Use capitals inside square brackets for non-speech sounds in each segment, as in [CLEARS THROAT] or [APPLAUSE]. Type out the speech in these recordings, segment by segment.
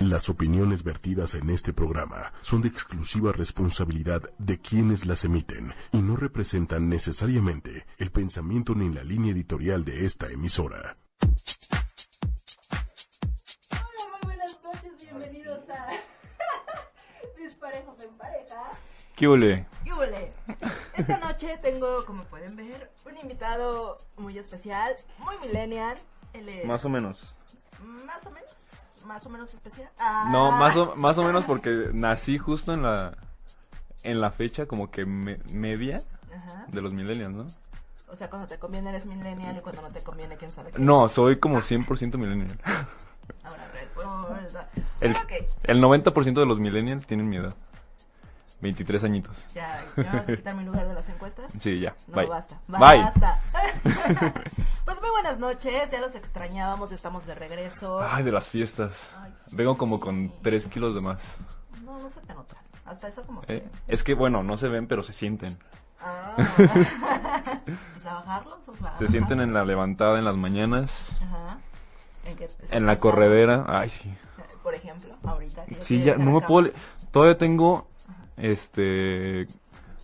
Las opiniones vertidas en este programa son de exclusiva responsabilidad de quienes las emiten y no representan necesariamente el pensamiento ni la línea editorial de esta emisora. Hola, muy buenas noches, bienvenidos a [LAUGHS] Mis Parejos en Pareja. ¿Qué ole? Yule. Esta noche tengo, como pueden ver, un invitado muy especial, muy millennial. Él es Más o menos. más o menos, más o menos especial. Ah. No, más o, más o menos porque nací justo en la en la fecha como que me- media Ajá. de los millennials, ¿no? O sea, cuando te conviene eres millennial y cuando no te conviene, quién sabe qué. No, soy como 100% millennial. Ahora recuerda. El, Ok, el 90% de los millennials tienen mi edad. 23 añitos. ya, ¿me vas a quitar mi lugar de las encuestas? Sí, ya. No, bye. basta. Bye. [LAUGHS] Basta. [LAUGHS] pues muy buenas noches, ya los extrañábamos, ya estamos de regreso. Ay, de las fiestas. Ay, sí. Ah, Vengo como con 3 kilos de más. No, no se te nota. Hasta eso como que... ¿eh? Es que, bueno, no se ven, pero se sienten. Ah. [LAUGHS] pues a bajarlo, pues a Se bajarlo. sienten en la levantada en las mañanas, Ajá. En, que estás en la cansado, corredera. Ay, sí. Por ejemplo, ahorita. que Sí, estoy ya, hacia no la me cama. puedo... le- Todavía tengo, este...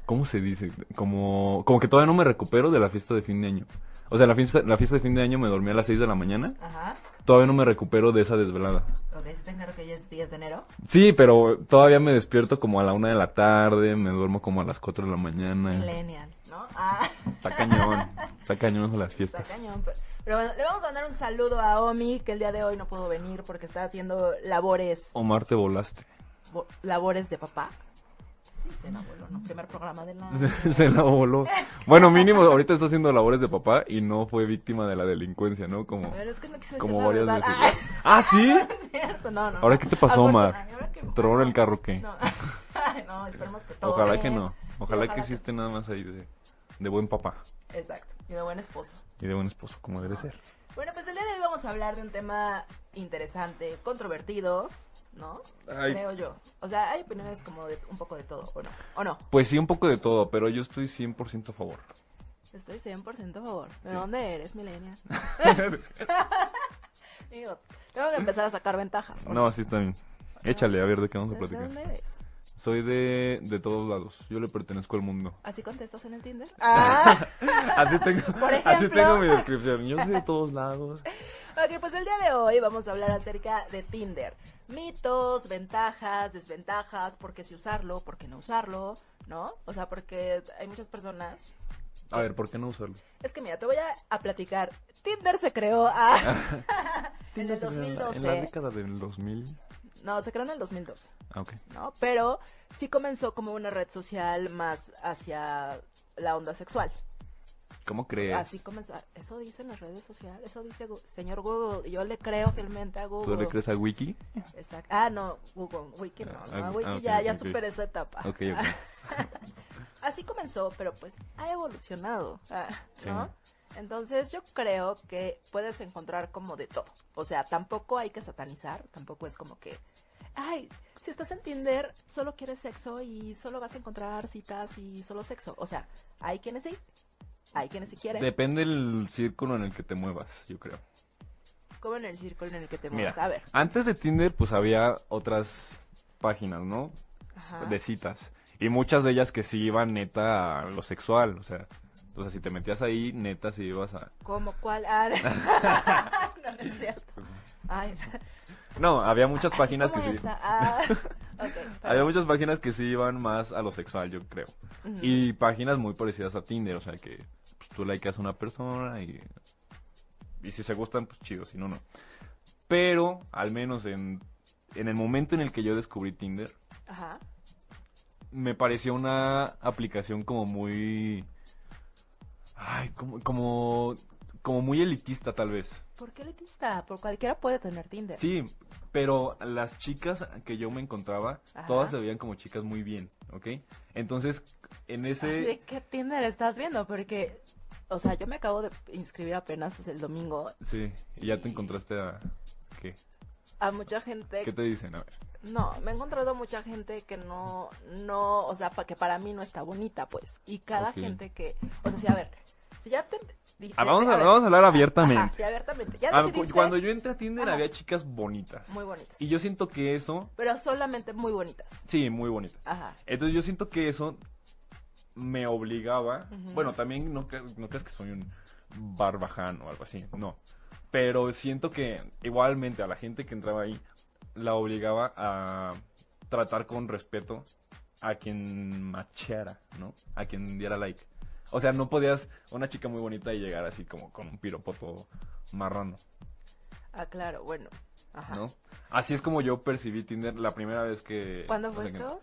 ¿Cómo se dice? Como, como que todavía no me recupero de la fiesta de fin de año. O sea, la fiesta, la fiesta de fin de año me dormí a las 6 de la mañana. Ajá. Todavía no me recupero de esa desvelada. Ok, si te encargo que ya es 10 de enero. Sí, pero todavía me despierto como a la 1 de la tarde, me duermo como a las 4 de la mañana. Millennial, ¿no? Ah. [LAUGHS] Está cañón, está cañón las Está fiestas. cañón, pero, pero bueno, le vamos a mandar un saludo a Omi, que el día de hoy no pudo venir porque está haciendo labores Omar, te volaste. bo- labores de papá. Sí, se enamoró, ¿no? Primer programa del año. [LAUGHS] Se la voló. Bueno, mínimo, ahorita está haciendo labores de papá y no fue víctima de la delincuencia, ¿no? Como... Pero es que no quise decir Como la varias verdad. veces. Ah, [LAUGHS] ¡Ah, sí! no es cierto, no, no. ¿Ahora qué te pasó, Afortuna- Omar? Ay, ahora que- ¿Te robaron el carro o [LAUGHS] qué? No. Ay, no, esperemos que todo. Ojalá que bien. no. Sí, Ojalá que existe nada más ahí de, de buen papá Exacto, y de buen esposo. y de buen esposo, como debe ser. Bueno, pues el día de hoy vamos a hablar de un tema interesante, controvertido, ¿no? Ay. Creo yo. O sea, hay opiniones como de un poco de todo, ¿o no? ¿O no? Pues sí, un poco de todo, pero yo estoy 100% a favor. Estoy 100% a favor. ¿De dónde eres, [LAUGHS] milenial? [LAUGHS] Digo, tengo que empezar a sacar ventajas. ¿o No, así está bien. Échale, a ver de qué vamos a ¿Desde Pues, dónde platicar. eres? Soy de, de todos lados. Yo le pertenezco al mundo. ¿Así contestas en el Tinder? ¡Ah! Así tengo, [LAUGHS] Por ejemplo. así tengo mi descripción. Yo soy de todos lados. [LAUGHS] Ok, pues el día de hoy vamos a hablar acerca de Tinder. Mitos, ventajas, desventajas, por qué sí usarlo, por qué no usarlo, ¿no? O sea, porque hay muchas personas. A ver, ¿por qué no usarlo? Es que mira, te voy a, a platicar. Tinder se creó [LAUGHS] ah, en el En la 2012. década del 2000. No, se creó en el 2012, Ah, ok. ¿no? Pero sí comenzó como una red social más hacia la onda sexual. ¿Cómo crees? Así comenzó. Eso dicen las redes sociales, eso dice Gu- señor Google. y Yo le creo fielmente a Google. ¿Tú le crees a Wiki? Exacto. Ah, no, Google, Wiki no, no, Ah, Wiki ah, ok, ya, ya ok, ok. superé esa etapa. Ok, ok. [LAUGHS] Así comenzó, pero pues ha evolucionado, ah, Sí. ¿no? Entonces yo creo que puedes encontrar como de todo. O sea, tampoco hay que satanizar, tampoco es como que, ay, si estás en Tinder, solo quieres sexo y solo vas a encontrar citas y solo sexo. O sea, hay quienes sí, hay quienes sí quieren. Depende el círculo en el que te muevas, yo creo. Como en el círculo en el que te Mira, mueves. A ver. antes de Tinder, pues había otras páginas, ¿no? Ajá. De citas. Y muchas de ellas que sí iban neta a lo sexual, o sea. O sea, si te metías ahí, neta, si ibas a... ¿Cómo cuál? Ah, [LAUGHS] no, no es cierto. Ay, No, [LAUGHS] había muchas páginas que ¿cómo sí... está? [LAUGHS] Ah, ok, Había perdón. Mm, muchas páginas que sí iban más a lo sexual, yo creo. Ujú. Y páginas muy parecidas a Tinder, o sea, que pues, tú likeas a una persona y... Y si se gustan, pues chido, si no, no. Pero, al menos en, en el momento en el que yo descubrí Tinder, Ajá. me pareció una aplicación como muy... Ay, como, como, como muy elitista tal vez. ¿Por qué elitista? Por cualquiera puede tener Tinder. Sí, pero las chicas que yo me encontraba, Ajá. todas se veían como chicas muy bien, ¿ok? Entonces, en Así ¿De ese... qué Tinder estás viendo? Porque, o sea, yo me acabo de inscribir apenas o sea, el domingo Sí, y ya te encontraste a... ¿Qué? a mucha gente. ¿Qué te dicen? A ver. No, me he encontrado mucha gente que no, no, o sea, pa- que para mí no está bonita, pues. Y cada Ok. gente que, o sea, sí, a ver, Si ya te... di- Ah, vamos, a, a ver, vamos a hablar abiertamente. Ajá, sí, abiertamente. Ya Ah, cu- decidiste- cuando yo entré a Tinder Ajá. había chicas bonitas. Muy bonitas. Y yo siento que eso. Pero solamente muy bonitas. Sí, muy bonitas. Ajá. Entonces yo siento que eso me obligaba. Ujú. Bueno, también no, cre- no creas que soy un barbaján o algo así. No. Pero siento que igualmente a la gente que entraba ahí la obligaba a tratar con respeto a quien macheara, ¿no? A quien diera like. O sea, no podías una chica muy bonita y llegar así como con un piropoto marrano. Ah, claro, bueno. Ajá. ¿no? Así es como yo percibí Tinder la primera vez que... ¿Cuándo o fue sea, que- esto?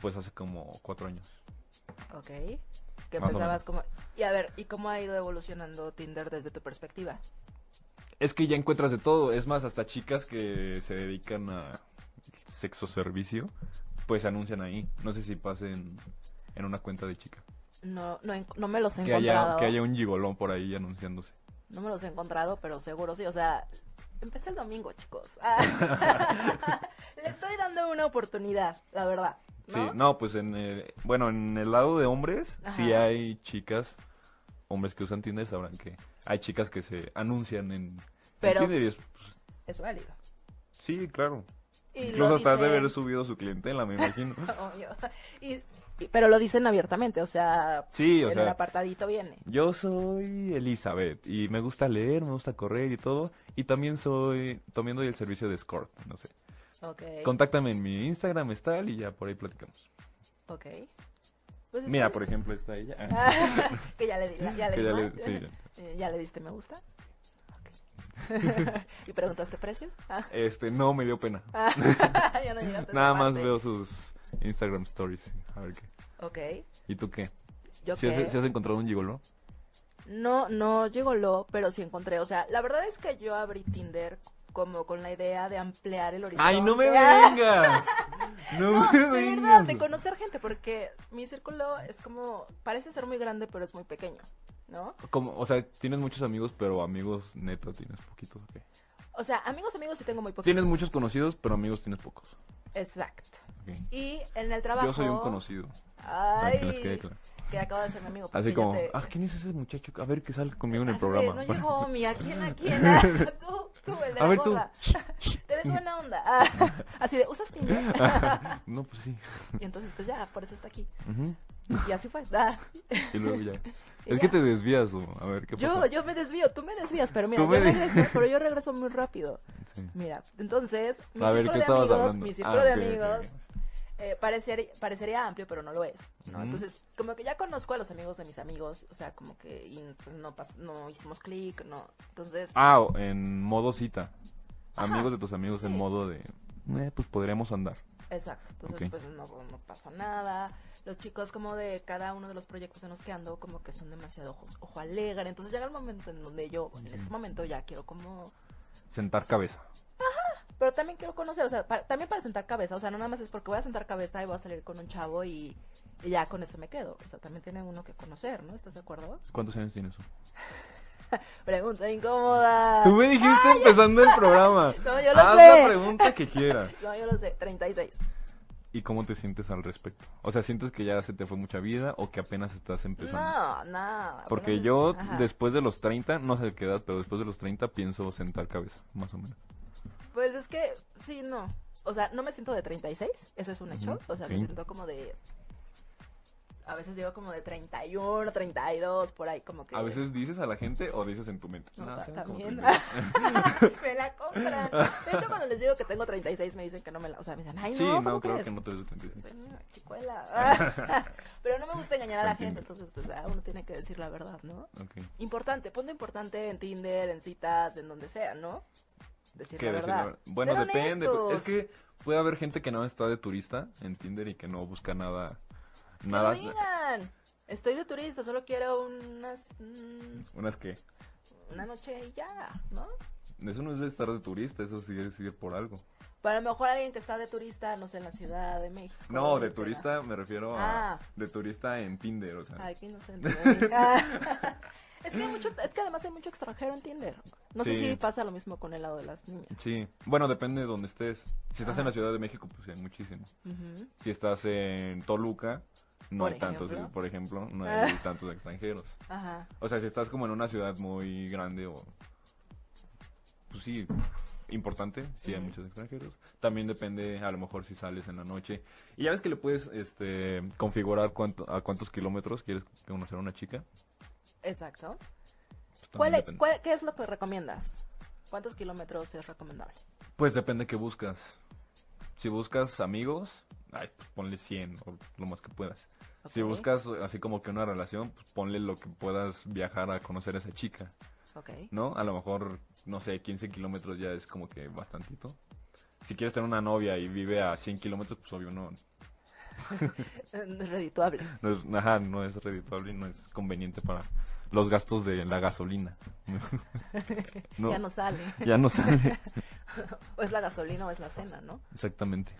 Pues hace como cuatro años. Ok. Que Más o pensabas como... Y a ver, ¿y cómo ha ido evolucionando Tinder desde tu perspectiva? Es que ya encuentras de todo, es más, hasta chicas que se dedican a sexo servicio, pues se anuncian ahí. No sé si pasen en una cuenta de chica. No, no, en- no me los he Que haya, encontrado. que haya un gigolón por ahí anunciándose. No me los he encontrado, pero seguro sí. O sea, empecé el domingo, [LAUGHS] chicos. Ah. Le estoy dando una oportunidad, la verdad. ¿no? Sí, no, pues en el, bueno, en el lado de hombres, Ajá. sí hay chicas, hombres que usan Tinder sabrán que hay chicas que se anuncian en, en Pero- Tinder y es, pues, Es válido. sí, claro. Y Incluso lo hasta ha de dicen- haber subido su [LAUGHS] clientela, me imagino. Obvio. [LAUGHS] Y- y- pero lo dicen abiertamente, o sea, Sí, o en el sea, apartadito viene. yo soy Elizabeth y me gusta leer, me gusta correr y todo. Y también soy, también doy el servicio de escort, no sé. Ok. Contáctame en mi Instagram, está tal, y ya por ahí platicamos. ok. Pues está Mira, bien. por ejemplo, está ella. Ah, Ah, [LAUGHS] que ya le, di- ya le, que di, ya ¿no? le- sí. [LAUGHS] Eh, ¿Ya le diste me gusta. Ok. [LAUGHS] ¿Y preguntaste precio? [LAUGHS] Ah, Este, no, me dio pena. ah, ya no llegaste a esa Nada más parte. veo sus Instagram stories. A ver qué. Ok. ¿Y tú qué? ¿Yo ¿Si, qué? Has, si has encontrado un gigolo? No, no llegó lo, pero sí encontré. O sea, la verdad es que yo abrí Tinder como con la idea de ampliar el horizonte. ¡Ay, no me Ah, [LAUGHS] vengas! No, No, me de vengas. verdad, de conocer gente, porque mi círculo es como, parece ser muy grande, pero es muy pequeño, ¿no? Como, o sea, tienes muchos amigos, pero amigos neta tienes poquitos. ¿o qué? O sea, amigos, amigos sí tengo muy pocos. Pues Tienes muchos conocidos, pero amigos tienes pocos. Exacto. Ok. Y en el trabajo... Yo soy un conocido. para Ay, que les quede claro. que acaba de ser mi amigo. porque Así ya como, te- ah, ¿quién es ese muchacho? A ver, que salga conmigo en el Así de, programa. No llegó, mi, ¿a quién, a [LAUGHS] quién? Ah, [LAUGHS] tú, tú, el de a la ver tú. gorra. [LAUGHS] Te ves buena onda. Ah, [LAUGHS] así de, ¿usas Tinder? no, pues sí. Y entonces, pues ya, por eso está aquí. Ujú. Y así fue. Ah, Y luego [LAUGHS] ya. Y es que ya. te desvías, o a ver, ¿qué Yo, pasa? yo me desvío, tú me desvías, pero mira, Tú me yo de- regreso, pero yo regreso muy rápido. Sí. Mira, entonces, mi A ver, círculo ¿qué de estabas amigos, hablando? mi Ah, círculo de ok, ok, amigos, ok. eh, parecer- parecería amplio, pero no lo es, ¿no? Ujú. Entonces, como que ya conozco a los amigos de mis amigos, o sea, como que y, pues, no, pas- no hicimos clic, no, entonces, Ah, o- en modo cita. Amigos de tus amigos en sí. modo de... eh, pues podríamos andar. Exacto, entonces Ok. pues no, no pasó nada. Los chicos como de cada uno de los proyectos en los que ando como que son demasiado ojos, ojo alegre. Entonces llega el momento en donde yo, en este momento ya quiero como... Sentar cabeza. Pero también quiero conocer, o sea, pa- también para sentar cabeza, o sea, no nada más es porque voy a sentar cabeza y voy a salir con un chavo y, y ya con eso me quedo. O sea, también tiene uno que conocer, ¿no? ¿Estás de acuerdo? ¿Cuántos años tienes tú? Pregunta incómoda. Tú me dijiste empezando el programa. Ah. [LAUGHS] No, yo lo Haz sé. la pregunta que quieras. [LAUGHS] No, yo lo sé, 36. ¿Y cómo te sientes al respecto? O sea, ¿sientes que ya se te fue mucha vida o que apenas estás empezando? No, no. Pues Porque apenas- yo Ajá. después de los 30, no sé qué edad, pero después de los 30 pienso sentar cabeza, más o menos. Pues es que, sí, no. O sea, no me siento de 36, eso es un hecho. Ujú, O sea, ok. me siento como de... A veces digo como de 31, 32, por ahí como que... ¿A veces dices a la gente o dices en tu mente? No, "Ah, ta- tengo [LAUGHS] como también. 30". [LAUGHS] me la compran. De hecho, cuando les digo que tengo 36, me dicen que no me la... O sea, me dicen, ay, no, [LAUGHS] sí, ¿cómo no, claro crees?". Pues, que no te des Soy 36. una [LAUGHS] chicuela. [LAUGHS] Pero no me gusta engañar a la gente, Entiendo. entonces pues ah, uno tiene que decir la verdad, ¿no? Ok. Importante, ponte importante en Tinder, en citas, en donde sea, ¿no? Decir ¿Qué la decir verdad. la verdad? Bueno, Ser depende. pues, Es honestos. que puede haber gente que no está de turista en Tinder y que no busca nada. Que Nada. lo digan. Estoy de turista, solo quiero unas mm, ¿Unas qué? una noche y ya, ¿no? Eso no es de estar de turista, eso sí es ir por algo. Para lo mejor alguien que está de turista, no sé, en la Ciudad de México. No, de etcétera. turista me refiero a... Ah. De turista en Tinder, o sea. Ay, qué inocente. güey. [LAUGHS] Ah. es, que hay mucho, es que además hay mucho extranjero en Tinder. No sé Sí. si pasa lo mismo con el lado de las niñas. Sí. Bueno, depende de dónde estés. Si estás Ajá. en la Ciudad de México, pues sí, hay muchísimo. Ujú. Si estás en Toluca, no Por hay tantos, ejemplo. por ejemplo, [LAUGHS] no hay tantos extranjeros. Ajá. O sea, si estás como en una ciudad muy grande o... Pues sí, importante, sí hay Ujú. muchos extranjeros. También depende, a lo mejor, si sales en la noche. Y ya ves que le puedes este, configurar cuánto, a cuántos kilómetros quieres conocer a una chica. Exacto. Pues, también ¿Cuál, es- depende. cuál- ¿Qué es lo que recomiendas? ¿Cuántos kilómetros es recomendable? Pues depende qué buscas. Si buscas amigos, ay, pues ponle 100 o lo más que puedas. Si Ok, buscas así como que una relación, pues ponle lo que puedas viajar a conocer a esa chica, Ok. ¿no? A lo mejor, no sé, 15 kilómetros ya es como que bastantito. Si quieres tener una novia y vive a 100 kilómetros, pues obvio no, Es [LAUGHS] redituable. no es, ajá, no es redituable y no es conveniente para los gastos de la gasolina. [LAUGHS] [LAUGHS] No, Ya no sale. ya no sale. O es la gasolina o es la cena, ¿no? Exactamente.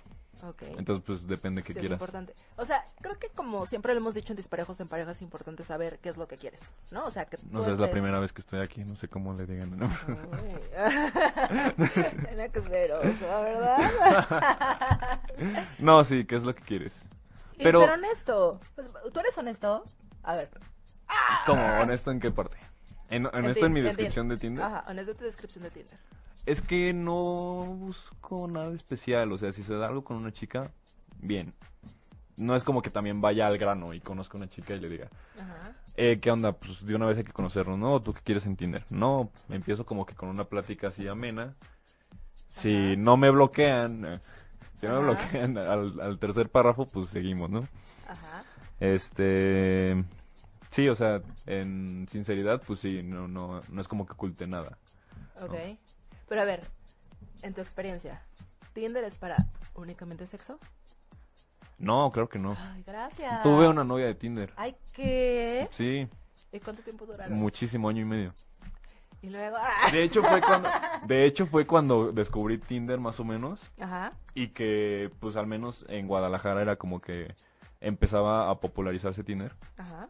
Ok. Entonces, pues depende que Sí, es quieras. importante. O sea, creo que como siempre lo hemos dicho en Disparejos en Parejas, es importante saber qué es lo que quieres, ¿no? O sea, que No tú sé, es la estés- primera vez que estoy aquí, no sé cómo le digan. ¿no? [LAUGHS] Ay. Tenía que ser oso, ¿verdad? [LAUGHS] [LAUGHS] No, sí, ¿qué es lo que quieres? y Pero- ser honesto. Pues, ¿Tú eres honesto? A ver. ¿Como honesto en qué parte? ¿En, honesto en mi Tin- descripción de Tinder? Ajá, honesto en tu descripción de Tinder. Es que no busco nada especial, o sea, si se da algo con una chica, bien. No es como que también vaya al grano y conozca a una chica y le diga, Ajá. eh, ¿qué onda? Pues de una vez hay que conocernos, ¿no? ¿Tú qué quieres en Tinder? No, empiezo como que con una plática así amena. Si Ajá. no me bloquean, eh, si no me Ajá. bloquean al, al tercer párrafo, pues seguimos, ¿no? Ajá. Este. Sí, o sea, en sinceridad, pues sí, no, no, no es como que oculte nada. Ok. Pero a ver, en tu experiencia, ¿Tinder es para únicamente sexo? No, claro que no. Ay, gracias. Tuve una novia de Tinder. Ay, ¿qué? Sí, ¿Y cuánto tiempo duraron? muchísimo año y medio. Y luego... ¡ah! De hecho fue cuando, de hecho fue cuando descubrí Tinder más o menos Ajá. y que, pues al menos en Guadalajara era como que empezaba a popularizarse Tinder Ajá.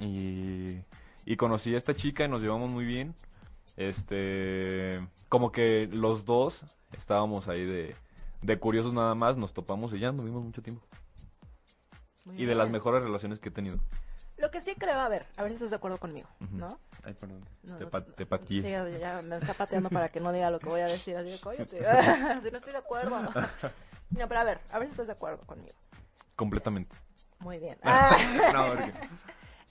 y, y conocí a esta chica y nos llevamos muy bien. Este, como que los dos estábamos ahí de, de curiosos nada más, nos topamos y ya nos vimos mucho tiempo. Muy Y de las bien. mejores relaciones que he tenido. Lo que sí creo, a ver, a ver si estás de acuerdo conmigo, ¿no? Ay, perdón. No, te, no, pa- no, te pateé. Sí, ya- ya me está pateando para que no diga lo que voy a decir. Así de, [LAUGHS] "Cóllate". si no estoy de [LAUGHS] acuerdo. No, pero a ver, a ver si estás de acuerdo conmigo. Completamente. [LAUGHS] Muy [LAUGHS] bien. No, porque-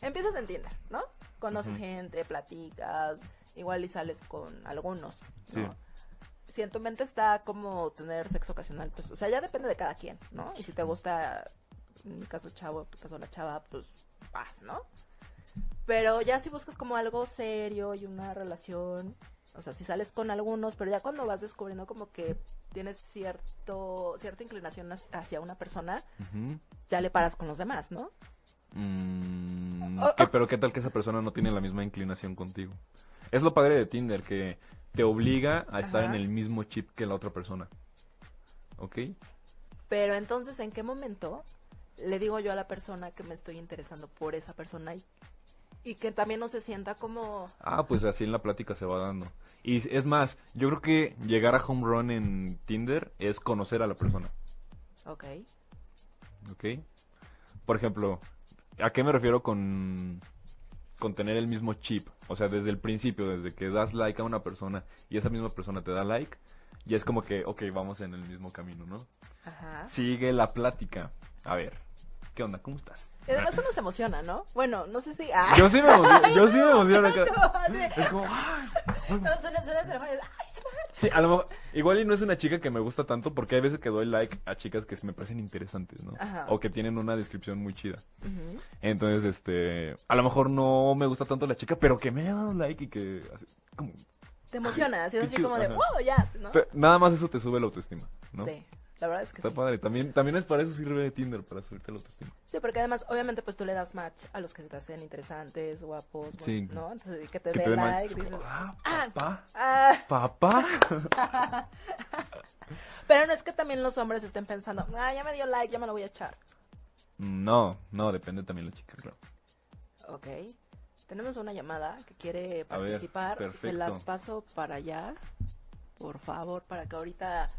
Empiezas en Tinder, ¿no? Conoces Ujú. gente, platicas, igual y sales con algunos, ¿no? Sí. Si en tu mente está como tener sexo ocasional, pues, o sea, ya depende de cada quien, ¿no? Y si te gusta, en mi caso chavo, en tu caso la chava, pues, vas, ¿no? Pero ya si buscas como algo serio y una relación, o sea, si sales con algunos, pero ya cuando vas descubriendo como que tienes cierto, cierta inclinación hacia- hacia una persona, Ujú. ya le paras con los demás, ¿no? Mm, Oh, ¿qué- oh. pero qué tal que esa persona no tiene la misma inclinación contigo. Es lo padre de Tinder, que te obliga a estar Ajá. en el mismo chip que la otra persona. ¿Ok? Pero entonces, ¿en qué momento le digo yo a la persona que me estoy interesando por esa persona y, y que también no se sienta como... Ah, pues así en la plática se va dando. Y s- es más, yo creo que llegar a home run en Tinder es conocer a la persona. Ok. ¿Ok? Por ejemplo, ¿a qué me refiero con, con tener el mismo chip? O sea, desde el principio, desde que das like a una persona y esa misma persona te da like, y es como que, ok, vamos en el mismo camino, ¿no? Ajá. Sigue la plática. A ver, ¿qué onda? ¿Cómo estás? Y además uno se emociona, ¿no? Bueno, no sé si... ¡Ah! [LAUGHS] Yo sí me emociono, yo sí me emociono. No, cara. [LAUGHS] así- Es como, ¡ay! no, suena, suena el teléfono y dices, ¡ay, se me Sí, a lo mejor- igual y no es una chica que me gusta tanto porque hay veces que doy like a chicas que me parecen interesantes, ¿no? Ajá. O que tienen una descripción muy chida. Ujú. Entonces, este, a lo mejor no me gusta tanto la chica, pero que me haya dado like y que así, como- Te emociona, así, Qué así chido, como de, ajá. wow, ya, ¿no? Pe- nada más eso te sube la autoestima, ¿no? Sí. La verdad es que Está sí. padre. También, también es para eso sirve Tinder, para subirte la autoestima. Sí, porque además, obviamente, pues tú le das match a los que se te hacen interesantes, guapos, Sí. bonitos, ¿no? Entonces, que te Que dé te den mal- like, dices, Ah, ah, papá. ah, Papá. [LAUGHS] Pero no es que también los hombres estén pensando, ah, ya me dio like, ya me lo voy a echar. No, no, depende también la chica, claro. Ok. Tenemos una llamada que quiere A ver, participar. Se perfecto. las paso para allá, por favor, para que ahorita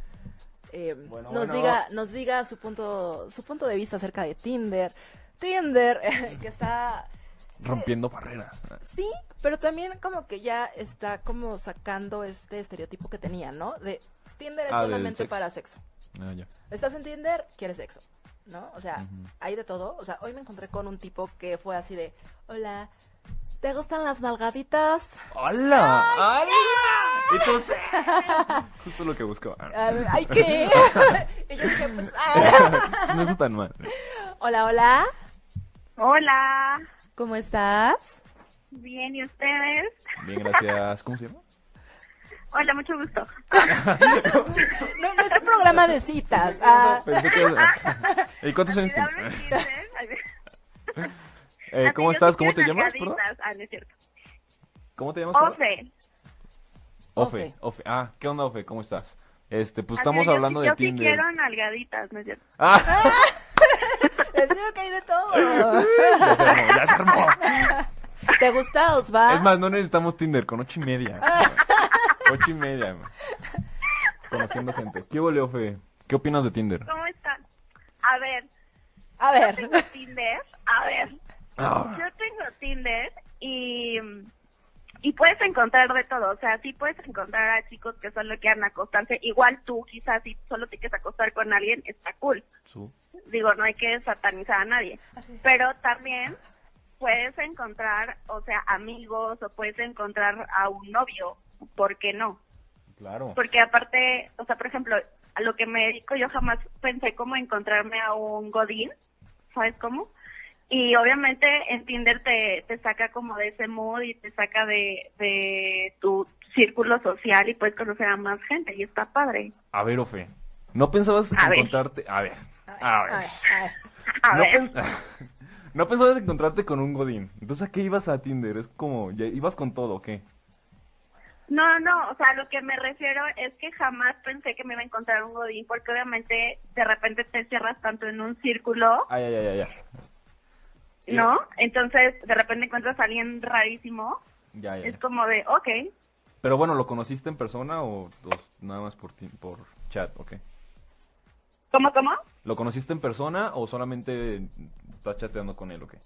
eh, Bueno, nos bueno. diga, nos diga su punto, su punto de vista acerca de Tinder. Tinder, [LAUGHS] que está Rompiendo barreras. Ah, Sí, pero también como que ya está como sacando este estereotipo que tenía, ¿no? De Tinder es Ah, del solamente sexo. para sexo. Ah, ya. Estás en Tinder, quieres sexo, ¿no? O sea, Ujú. hay de todo. O sea, hoy me encontré con un tipo que fue así de, hola, ¿te gustan las nalgaditas? ¡Hola! ¡Hola! Y tú, sí. [LAUGHS] Justo lo que buscaba. Ah, Ah, Ay, [LAUGHS] ¿qué? y yo dije, pues, ah. no. No está tan mal. hola, hola, Hola, ¿cómo estás? bien, ¿y ustedes? Bien, gracias. ¿Cómo se llama? Hola, mucho gusto. No, no es un programa de citas. No, ah. pensé que [LAUGHS] era- ¿Y cuántos años Olvidable tienes? [LAUGHS] Tinder. Ay, Eh, así ¿Cómo yo estás? sí ¿Cómo te quiero llamas? nalgaditas. perdón? Ah, no es cierto. ¿Cómo te llamas? perdón? Ofe. Ofe. Ofe. Ofe. Ah, ¿qué onda, Ofe? ¿Cómo estás? Este, pues Así estamos yo sí- hablando de Yo sí Tinder. quiero nalgaditas, no es cierto. Ah, Les digo que hay de todo. ya se armó, ya se armó. ¿Te gusta, Osva? Es más, no necesitamos Tinder, con ocho y media. ocho y media. man. Conociendo gente. ¿Qué huele, Ofe? ¿Qué opinas de Tinder? ¿Cómo están? A ver, A ver. [LAUGHS] tengo Tinder. A ver, Ah, yo tengo Tinder y... Y puedes encontrar de todo, o sea, sí puedes encontrar a chicos que solo quieran acostarse. Igual tú, quizás, si solo te quieres acostar con alguien, está cool. su- digo, no hay que satanizar a nadie, pero también puedes encontrar, o sea, amigos o puedes encontrar a un novio, ¿por qué no? Claro. Porque aparte, o sea, por ejemplo, a lo que me dedico yo jamás pensé como encontrarme a un godín, ¿sabes cómo? Y obviamente en Tinder te, te saca como de ese mood y te saca de, de tu círculo social y puedes conocer a más gente y está padre. A ver, Ofe. ¿No pensabas A ver. encontrarte... A ver. A ver. a ver. A no, ver. pen- [LAUGHS] no pensabas encontrarte con un godín. Entonces, ¿a qué ibas a Tinder? Es como... ya ¿Ibas con todo o qué? No, no, o sea, lo que me refiero es que jamás pensé que me iba a encontrar un godín, porque obviamente de repente te cierras tanto en un círculo, Ay, ay, ay, ay, ay. ¿no? Entonces, de repente encuentras a alguien rarísimo, Ya, ya, es ya. como de, ok, Pero bueno, ¿lo conociste en persona o, o nada más por, ti- por chat o qué? ¿cómo, cómo? ¿Lo conociste en persona o solamente estás chateando con él o qué?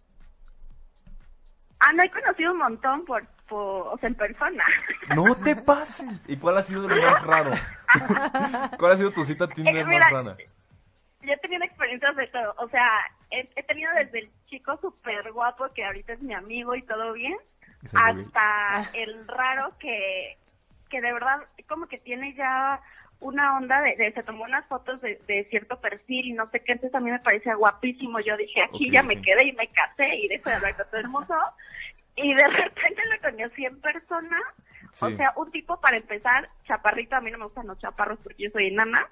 Ah, no, he conocido un montón por, por o sea, en persona. [LAUGHS] ¡No te pases! ¿Y cuál ha sido lo más raro? [LAUGHS] ¿Cuál ha sido tu cita Tinder Mira, más rara? Yo he tenido experiencias de todo, o sea, he, he tenido desde el chico súper guapo que ahorita es mi amigo y todo bien, hasta el raro que, que de verdad como que tiene ya una onda de, de- se tomó unas fotos de, de cierto perfil y no sé qué, entonces a mí me parecía guapísimo, yo dije aquí Ok, ya ok. me quedé y me casé y dejo de hablar con todo el mundo y de repente lo conocí en persona, o Sí. sea, un tipo para empezar, chaparrito, a mí no me gustan los chaparros porque yo soy enana,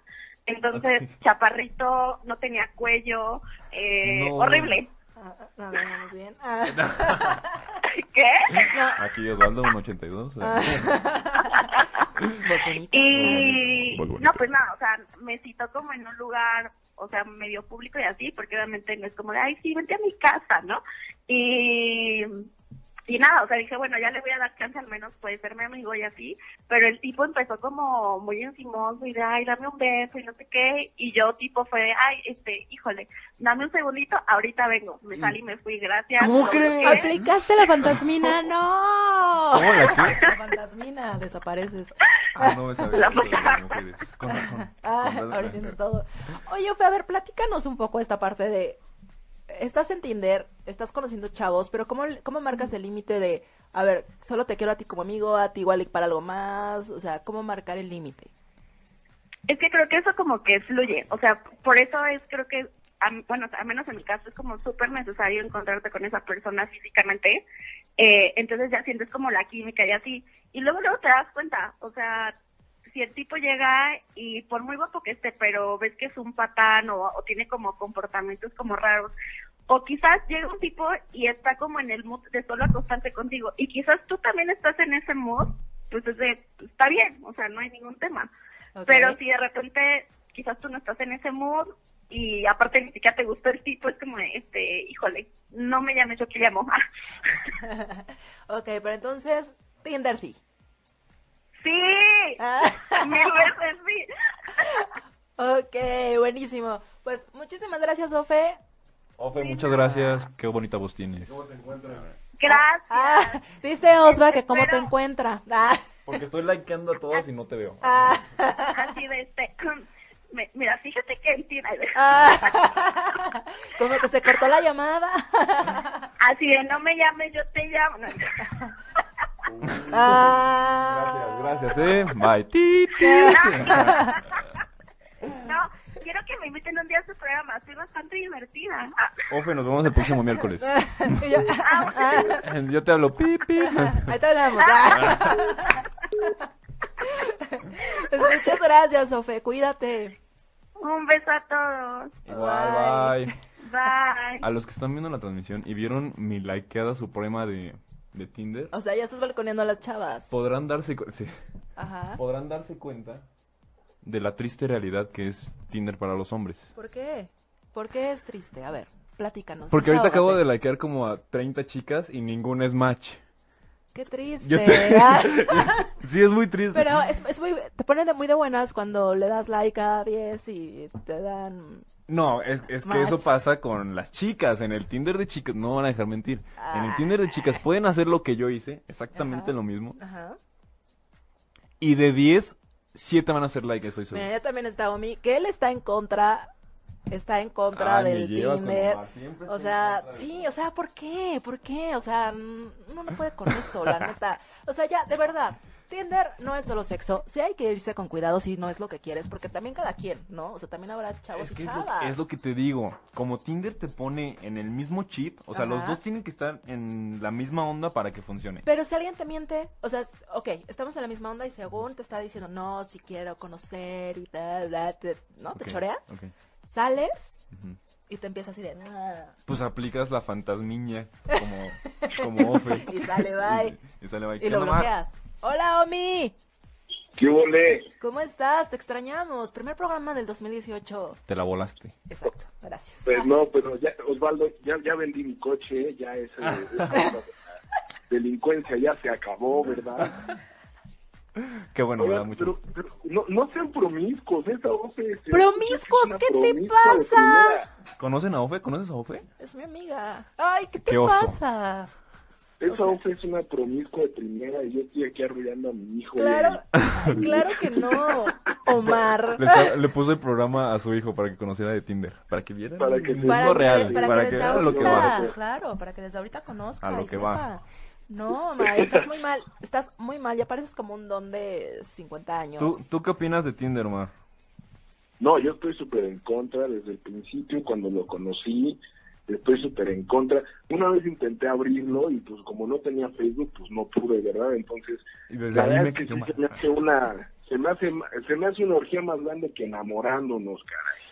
entonces Ok. chaparrito, no tenía cuello, eh, No. horrible. [LAUGHS] Ah, ah, a ver, vamos bien. Ah, [LAUGHS] ¿Qué? Aquí Osvaldo, un 82. eh. voz bonita. Y Muy bonito. no, pues nada, o sea, me citó como en un lugar, o sea, medio público y así, porque obviamente no es como de, ay, sí, vente a mi casa, ¿no? Y, y nada, o sea, dije, bueno, ya le voy a dar chance, al menos puede ser mi amigo y así, pero el tipo empezó como muy encimoso y de, ay, dame un beso y no sé qué, y yo tipo fue de, ay, este, híjole, dame un segundito, ahorita vengo, me salí y me fui, gracias. ¿Cómo Lo crees? bloqueé. ¿Aplicaste la fantasmina? ¡No! ¿Cómo la qué? La fantasmina, desapareces. Ah, no me sabía La eso de las puta. mujeres. Con razón. Ah, Con razón. ahora entiendes todo. Oye, Ofe, a ver, platícanos un poco esta parte de... Estás en Tinder, estás conociendo chavos, pero ¿cómo, cómo marcas el límite de... A ver, solo te quiero a ti como amigo, a ti igual y para algo más? O sea, ¿cómo marcar el límite? Es que creo que eso como que fluye, o sea, por eso es creo que, a mí- bueno, al menos en mi caso es como súper necesario encontrarte con esa persona físicamente, eh, entonces ya sientes como la química y así, y luego luego te das cuenta, o sea, si si el tipo llega y por muy guapo que esté, pero ves que es un patán o, o tiene como comportamientos como raros, o quizás llega un tipo y está como en el mood de solo acostarse contigo, y quizás tú también estás en ese mood, pues es de, está bien, o sea, no hay ningún tema. Ok. Pero si de repente quizás tú no estás en ese mood y aparte ni siquiera te gustó el tipo, es como, este, híjole, no me llames, yo te llamo. [LAUGHS] Ok, pero entonces, Tinder sí. sí, [LAUGHS] Ah. me ves sí. ok, buenísimo. Pues muchísimas gracias, Ofe. Ofe, muchas gracias. Qué bonita voz tienes. Gracias. Ah, dice Osva que cómo te Espero. encuentra. Ah, Porque estoy likeando a todas y no te veo. ah, Así de este. [CLEARS THROAT] me- mira, fíjate que en ti- [LAUGHS] ah. Como que se cortó la llamada. Así de no me llames, yo te llamo. No. Ah. Gracias, gracias, eh. Bye. Ti, [LAUGHS] ti. [LAUGHS] No, quiero que me inviten un día a su programa. Soy bastante divertida. Ah, Ofe, nos vemos el próximo miércoles. Y yo, ah, ah, Yo te hablo pi, pi. ahí te hablamos. Ah. Pues muchas gracias, Sofe. Cuídate. Un beso a todos. Igual, bye. Bye. A los que están viendo la transmisión y vieron mi likeada suprema de, de Tinder, O sea, ya estás balconeando a las chavas. podrán darse, cu- sí, Ajá. podrán darse cuenta de la triste realidad que es Tinder para los hombres. ¿Por qué? ¿Por qué es triste? A ver, platícanos. Porque ahorita acabo de desahógate. likear como a 30 chicas y ninguna es match. Qué triste. Yo te- [LAUGHS] Ah. Sí, es muy triste. Pero es, es muy, te ponen de muy de buenas cuando le das like a 10 y te dan... No, es, es que Match. eso pasa con las chicas. En el Tinder de chicas, no van a dejar mentir. En el Ah. Tinder de chicas pueden hacer lo que yo hice, exactamente Ajá. lo mismo. Ajá. Y de 10, 7 van a hacer like, estoy seguro. Mira, ya también está Omi, que él está en contra, está en contra Ay, Ah, me del lleva con Tinder. Omar, siempre O estoy en sea, contra de sí, o sea, ¿por qué? ¿Por qué? O sea, n- uno no puede con esto, la neta. O sea, ya, de verdad, Tinder no es solo sexo. Sí hay que irse con cuidado si no es lo que quieres, porque también cada quien, ¿no? O sea, también habrá chavos Es que y es lo, chavas. es lo que te digo. Como Tinder te pone en el mismo chip, o sea, los Ajá. dos tienen que estar en la misma onda para que funcione. Pero si alguien te miente, o sea, es- ok, estamos en la misma onda y según te está diciendo, no, si quiero conocer y tal, bla, te- ¿no? Ok, Te chorea, ok. sales Ujú. y te empiezas así de... "Ah", Pues aplicas la fantasmiña como, como ofe. [LAUGHS] Y sale, bye. Y, y sale bye. Y ¿Qué lo onda, Mar? bloqueas. Hola, Omi. ¿Qué ole? ¿Cómo estás? Te extrañamos. Primer programa del 2018. Te la volaste. Exacto, gracias. Ah, Pues no, pero ya, Osvaldo, ya, ya vendí mi coche, ya eh, ese, Ah. esa onda de la delincuencia ya se acabó, ¿verdad? Qué bueno, me da Oigan, mucho pero, gusto. pero no, no sean promiscuos, esta ofe es- ¿Promiscuos? es una ¿Qué te promiscua de pasa? primera. ¿Conocen a Ofe? ¿Conoces a Ofe? Es mi amiga. Ay, ¿qué te Qué oso. pasa? Esa O sea- ofe es una promiscua de primera y yo estoy aquí arruinando a mi hijo. Claro, güey. claro que no, Omar. Le, [LAUGHS] está- le puso el programa a su hijo para que conociera de Tinder. Para que viera Para el que- mundo Para que- real. para para que que desde viera lo que ahorita, va. va. Claro, para que desde ahorita conozca. A lo y que va. sepa. No, Omar, estás muy mal. Estás muy mal. Ya pareces como un don de 50 años. ¿Tú, ¿Tú qué opinas de Tinder, Omar? No, yo estoy súper en contra desde el principio, cuando lo conocí, estoy súper en contra. Una vez intenté abrirlo y pues como no tenía Facebook, pues no pude, ¿verdad? Entonces, Y desde la ahí verdad me es que cayó sí mal. se me hace una... Se me, hace, ma- se me hace una orgía más grande que enamorándonos, caray.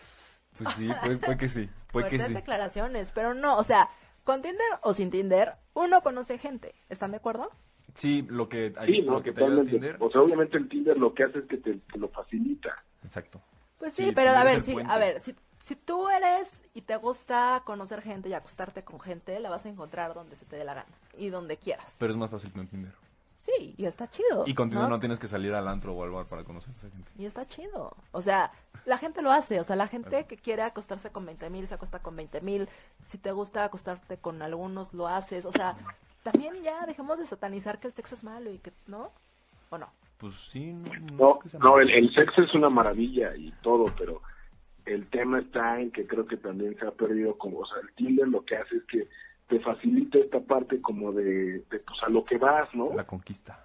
Pues sí, fue, fue que sí. Fue pues, que Fuertes sí. declaraciones, pero no, o sea, con Tinder o sin Tinder, uno conoce gente. ¿Están de acuerdo? Sí, lo que, Sí, lo ¿no? que te ayuda Totalmente. Tinder. O sea, obviamente el Tinder lo que hace es que te, te lo facilita. Exacto. Pues sí, Sí, pero a Tinder es ver, el si, puente. a ver, si, si tú eres y te gusta conocer gente y acostarte con gente, la vas a encontrar donde se te dé la gana y donde quieras. Pero es más fácil con Tinder. Sí, y está chido. Y con Tinder ¿no? no tienes que salir al antro o al bar para conocer a esa gente. Y está chido. O sea, la gente lo hace. O sea, la gente que quiere acostarse con 20 mil se acuesta con 20 mil. Si te gusta acostarte con algunos, lo haces. O sea, también ya dejemos de satanizar que el sexo es malo y que, ¿no? ¿O no? Pues sí, no. No, que sea no malo. el, el sexo es una maravilla y todo, pero el tema está en que creo que también se ha perdido como, o sea, el Tinder lo que hace es que te facilita esta parte como de, de, pues a lo que vas, ¿no? La conquista.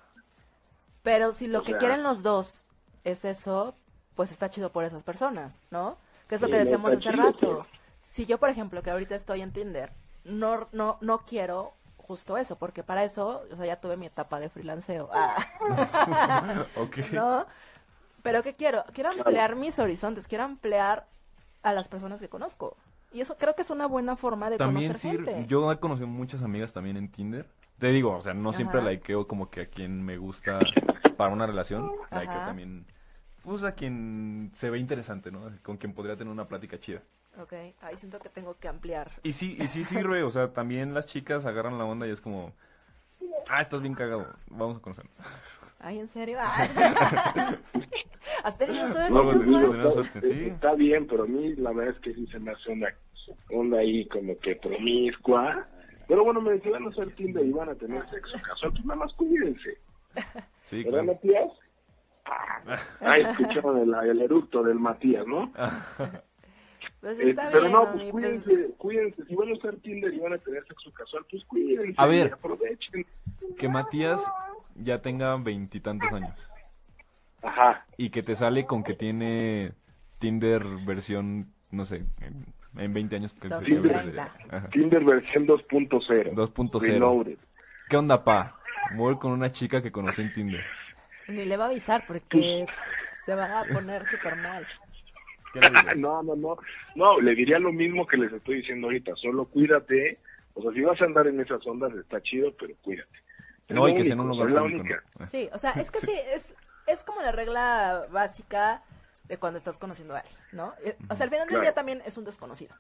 Pero si lo O que sea- quieren los dos es eso, pues está chido por esas personas, ¿no? Que es lo Sí, que no, decíamos hace está chido, rato. claro. Si yo, por ejemplo, que ahorita estoy en Tinder, no, no, no quiero justo eso, porque para [LAUGHS] eso, o sea, ya tuve mi etapa de freelanceo, ah, [LAUGHS] ok. ¿no? Pero ¿qué quiero? Quiero Claro. ampliar mis horizontes, quiero ampliar a las personas que conozco. Y eso creo que es una buena forma de También conocer sí, gente. yo he conocido muchas amigas también en Tinder. Te digo, o sea, no siempre Ajá. likeo como que a quien me gusta para una relación. Likeo Ajá. también, pues a quien se ve interesante, ¿no? Con quien podría tener una plática chida. Ok, ahí siento que tengo que ampliar. Y sí, y sí sirve, o sea, también las chicas agarran la onda y es como, ah, estás bien cagado, vamos a conocernos. Ay, ¿en [LAUGHS] serio? Ay. [LAUGHS] ¿Has tenido suerte? Luego Josué? te digo, Tener suerte, sí. pues, Está bien, pero a mí la verdad es que sí se me hace una onda ahí como que promiscua. Pero bueno, me decían no ser Tinder y van a tener sexo casual, pues nada más cuídense. Sí, ¿Verdad, claro. Matías? Ah, Ahí escucharon el, el eructo del Matías, ¿no? Pues Eh, está pero bien, no, pues mami, pues, cuídense, cuídense. Si van a usar Tinder y van a tener sexo casual, pues cuídense. A ver. y Aprovechen. Que Matías ya tenga veintitantos años Ajá. y que te sale con que tiene Tinder versión, no sé, en- en 20 años. que se- 2030. Ajá. Tinder versión 2.0. 2.0. Reloaded. ¿Qué onda, pa? Voy con una chica que conocí en Tinder. ni le va a avisar porque se va a poner súper mal. ¿Qué le Ah, digo? No, no, no. No, le diría lo mismo que les estoy diciendo ahorita. Solo cuídate. O sea, si vas a andar en esas ondas, está chido, pero cuídate. Es No, lo y que sea en único, un es lugar la público. única. ¿no? Ah, Sí, o sea, es que sí, es, es como la regla básica de cuando estás conociendo a alguien, ¿no? Eh, O sea, al final del Claro. día también es un desconocido.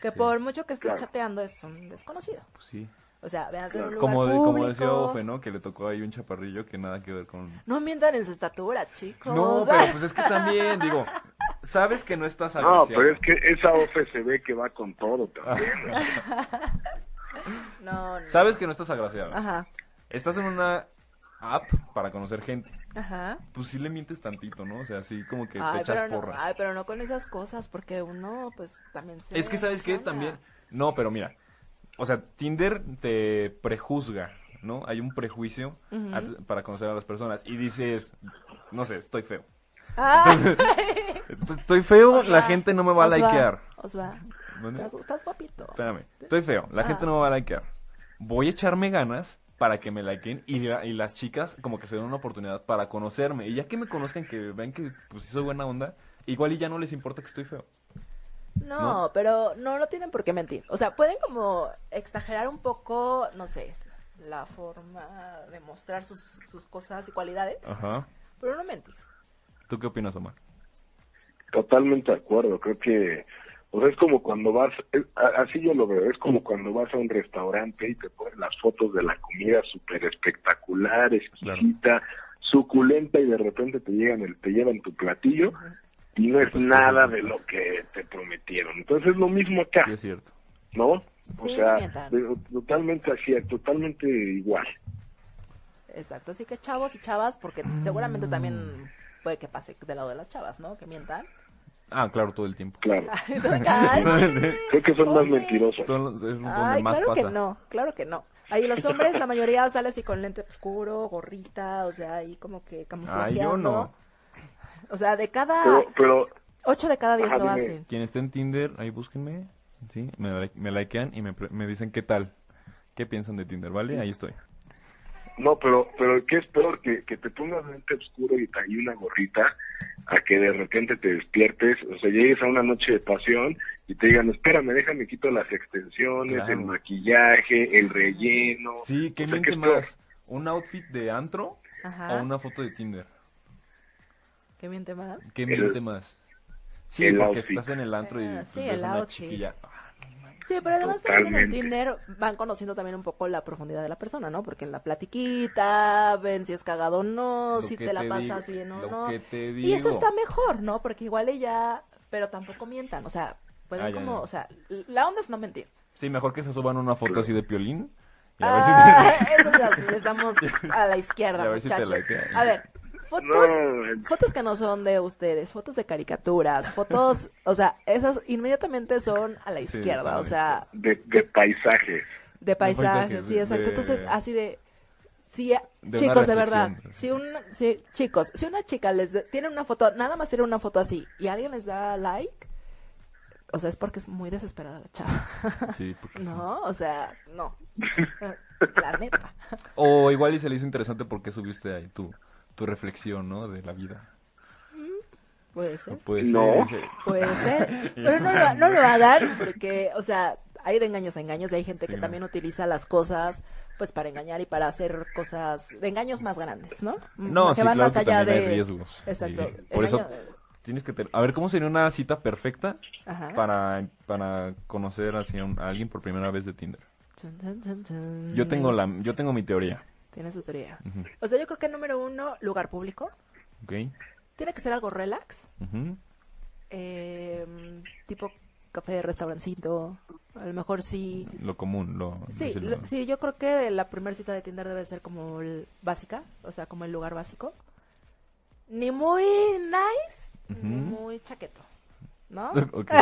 Que Sí. por mucho que estés Claro. chateando es un desconocido. Pues sí. O sea, veas en un lugar Como, de- público. como decía Ofe, ¿no? Que le tocó ahí un chaparrillo que nada que ver con... No mientan en su estatura, chicos. [LAUGHS] No, pero pues es que también, digo, sabes que no estás No, agraciado. pero es que esa OFE se ve que va con todo también. No, no. Sabes que no estás agraciado. Ajá, Estás en una app para conocer gente. ajá. Pues sí le mientes tantito, ¿no? O sea, así como que te Ay echas pero, no, porras. ay, pero no con esas cosas, porque uno, pues, también se... Es que sabes qué gana. también. No, pero mira. O sea, Tinder te prejuzga, ¿no? Hay un prejuicio Ujú. antes- para conocer a las personas. Y dices, no sé, estoy feo. [LAUGHS] [LAUGHS] Ay, Est- Estoy feo, la Osva, gente no me va a Osva, likear. Osva, ¿Mande? estás, estás guapito. Espérame, estoy feo, la Ah. gente no me va a likear. Voy a echarme ganas para que me likeen y, la- y las chicas como que se den una oportunidad para conocerme. Y ya que me conozcan, que vean que pues sí soy buena onda, igual y ya no les importa que estoy feo. No, ¿No? pero no, no tienen por qué mentir. O sea, pueden como exagerar un poco, no sé, la forma de mostrar sus, sus cosas y cualidades, Ajá. pero no mentir. ¿Tú qué opinas, Omar? Totalmente de acuerdo, creo que o sea, es como cuando vas, es- a- así yo lo veo, es como cuando vas a un restaurante y te ponen las fotos de la comida súper espectacular, exquisita, suculenta y de repente te llegan el, te llevan tu platillo y no es Pues, nada pues, de lo que te prometieron. Entonces es lo mismo acá, Sí, es cierto. ¿no? O Sí, sea, mientan. de- totalmente así, totalmente igual. Exacto, así que chavos y chavas, porque seguramente también puede que pase del lado de las chavas, ¿no? Que mientan. [LAUGHS] Ah, claro, todo el tiempo. Claro. Ay, [LAUGHS] ay, Creo que son más Oye. mentirosos. Son los- es donde Ay, más claro pasa. que no, claro que no. Ahí los hombres, la mayoría sale así con lente oscuro, gorrita, o sea, ahí como que Ay, camuflajeando. yo no. O sea, de cada... Pero, pero Ocho de cada diez Ajá, lo dime. hacen. Quien esté en Tinder, ahí búsquenme. Sí, me, like- me likean y me, pre- me dicen qué tal. ¿Qué piensan de Tinder? ¿Vale? Ahí estoy. No, pero, pero ¿qué es peor? Que, que te pongas lente oscuro y, ta- y una gorrita a que de repente te despiertes, o sea, llegues a una noche de pasión y te digan, espérame, déjame quito las extensiones, Claro. el maquillaje, el relleno. Sí, ¿qué O sea, miente es peor? más? ¿Un outfit de antro Ajá. o una foto de Tinder? ¿Qué miente más? ¿Qué El- miente más? Sí, el porque outfit. estás en el antro y Ah, pues, sí, ves el una outfit. chiquilla. Ah, Sí, pero además también en el Totalmente. Tinder van conociendo también un poco la profundidad de la persona, ¿no? Porque en la platiquita ven si es cagado o no, lo si que te la digo, pasas bien o lo no. que te digo. Y eso está mejor, ¿no? Porque igual ella, pero tampoco mientan, o sea, pueden Ah, ya, como, ya. o sea, la onda es no mentir. Sí, mejor que se suban una foto así de piolín. Y a ver si Ah, [LAUGHS] eso ya sí, estamos a la izquierda, [LAUGHS] Y a ver si te muchachos. likean. a ver, fotos, No, el- fotos que no son de ustedes, fotos de caricaturas, fotos, o sea, esas inmediatamente son a la Sí, izquierda, son a la o sea, de, de paisajes. de paisajes, paisajes, sí, de- exacto. de- Entonces, así de. Sí, eh, una chicos, de verdad. reflexión. Si un, si, chicos, si una chica les de- tiene una foto, nada más tiene una foto así, y alguien les da like, o sea, es porque es muy desesperada la chava. [LAUGHS] Sí, porque [LAUGHS] sí. No, o sea, no. [LAUGHS] La neta. O igual y se le hizo interesante porque subiste ahí tu, tu reflexión, ¿no? De la vida. Puede ser. Puede No. ser. ese- [LAUGHS] Puede ser. Pero no lo, no lo va a dar porque, o sea, hay de engaños a engaños y hay gente Sí, que no. también utiliza las cosas pues para engañar y para hacer cosas de engaños más grandes, ¿no? Mm, No, que sí, van claro más que allá también de hay riesgos. Exacto. Y por eso Engaño- tienes que tener... A ver, ¿cómo sería una cita perfecta Ajá. para, para conocer así a, un- a alguien por primera vez de Tinder? Chun, chun, chun, chun. Yo tengo la yo tengo mi teoría, Tiene su teoría. Ujú. O sea, yo creo que número uno, lugar público. ¿ok? Tiene que ser algo relax, Ujú. eh, tipo café, restaurancito. A lo mejor sí. Lo común, lo... Sí, decirlo. lo- sí, yo creo que la primera cita de Tinder debe ser como el- básica, o sea, como el lugar básico. Ni muy nice, ni Ujú. muy chaqueto, [LAUGHS] ¿no? Ok.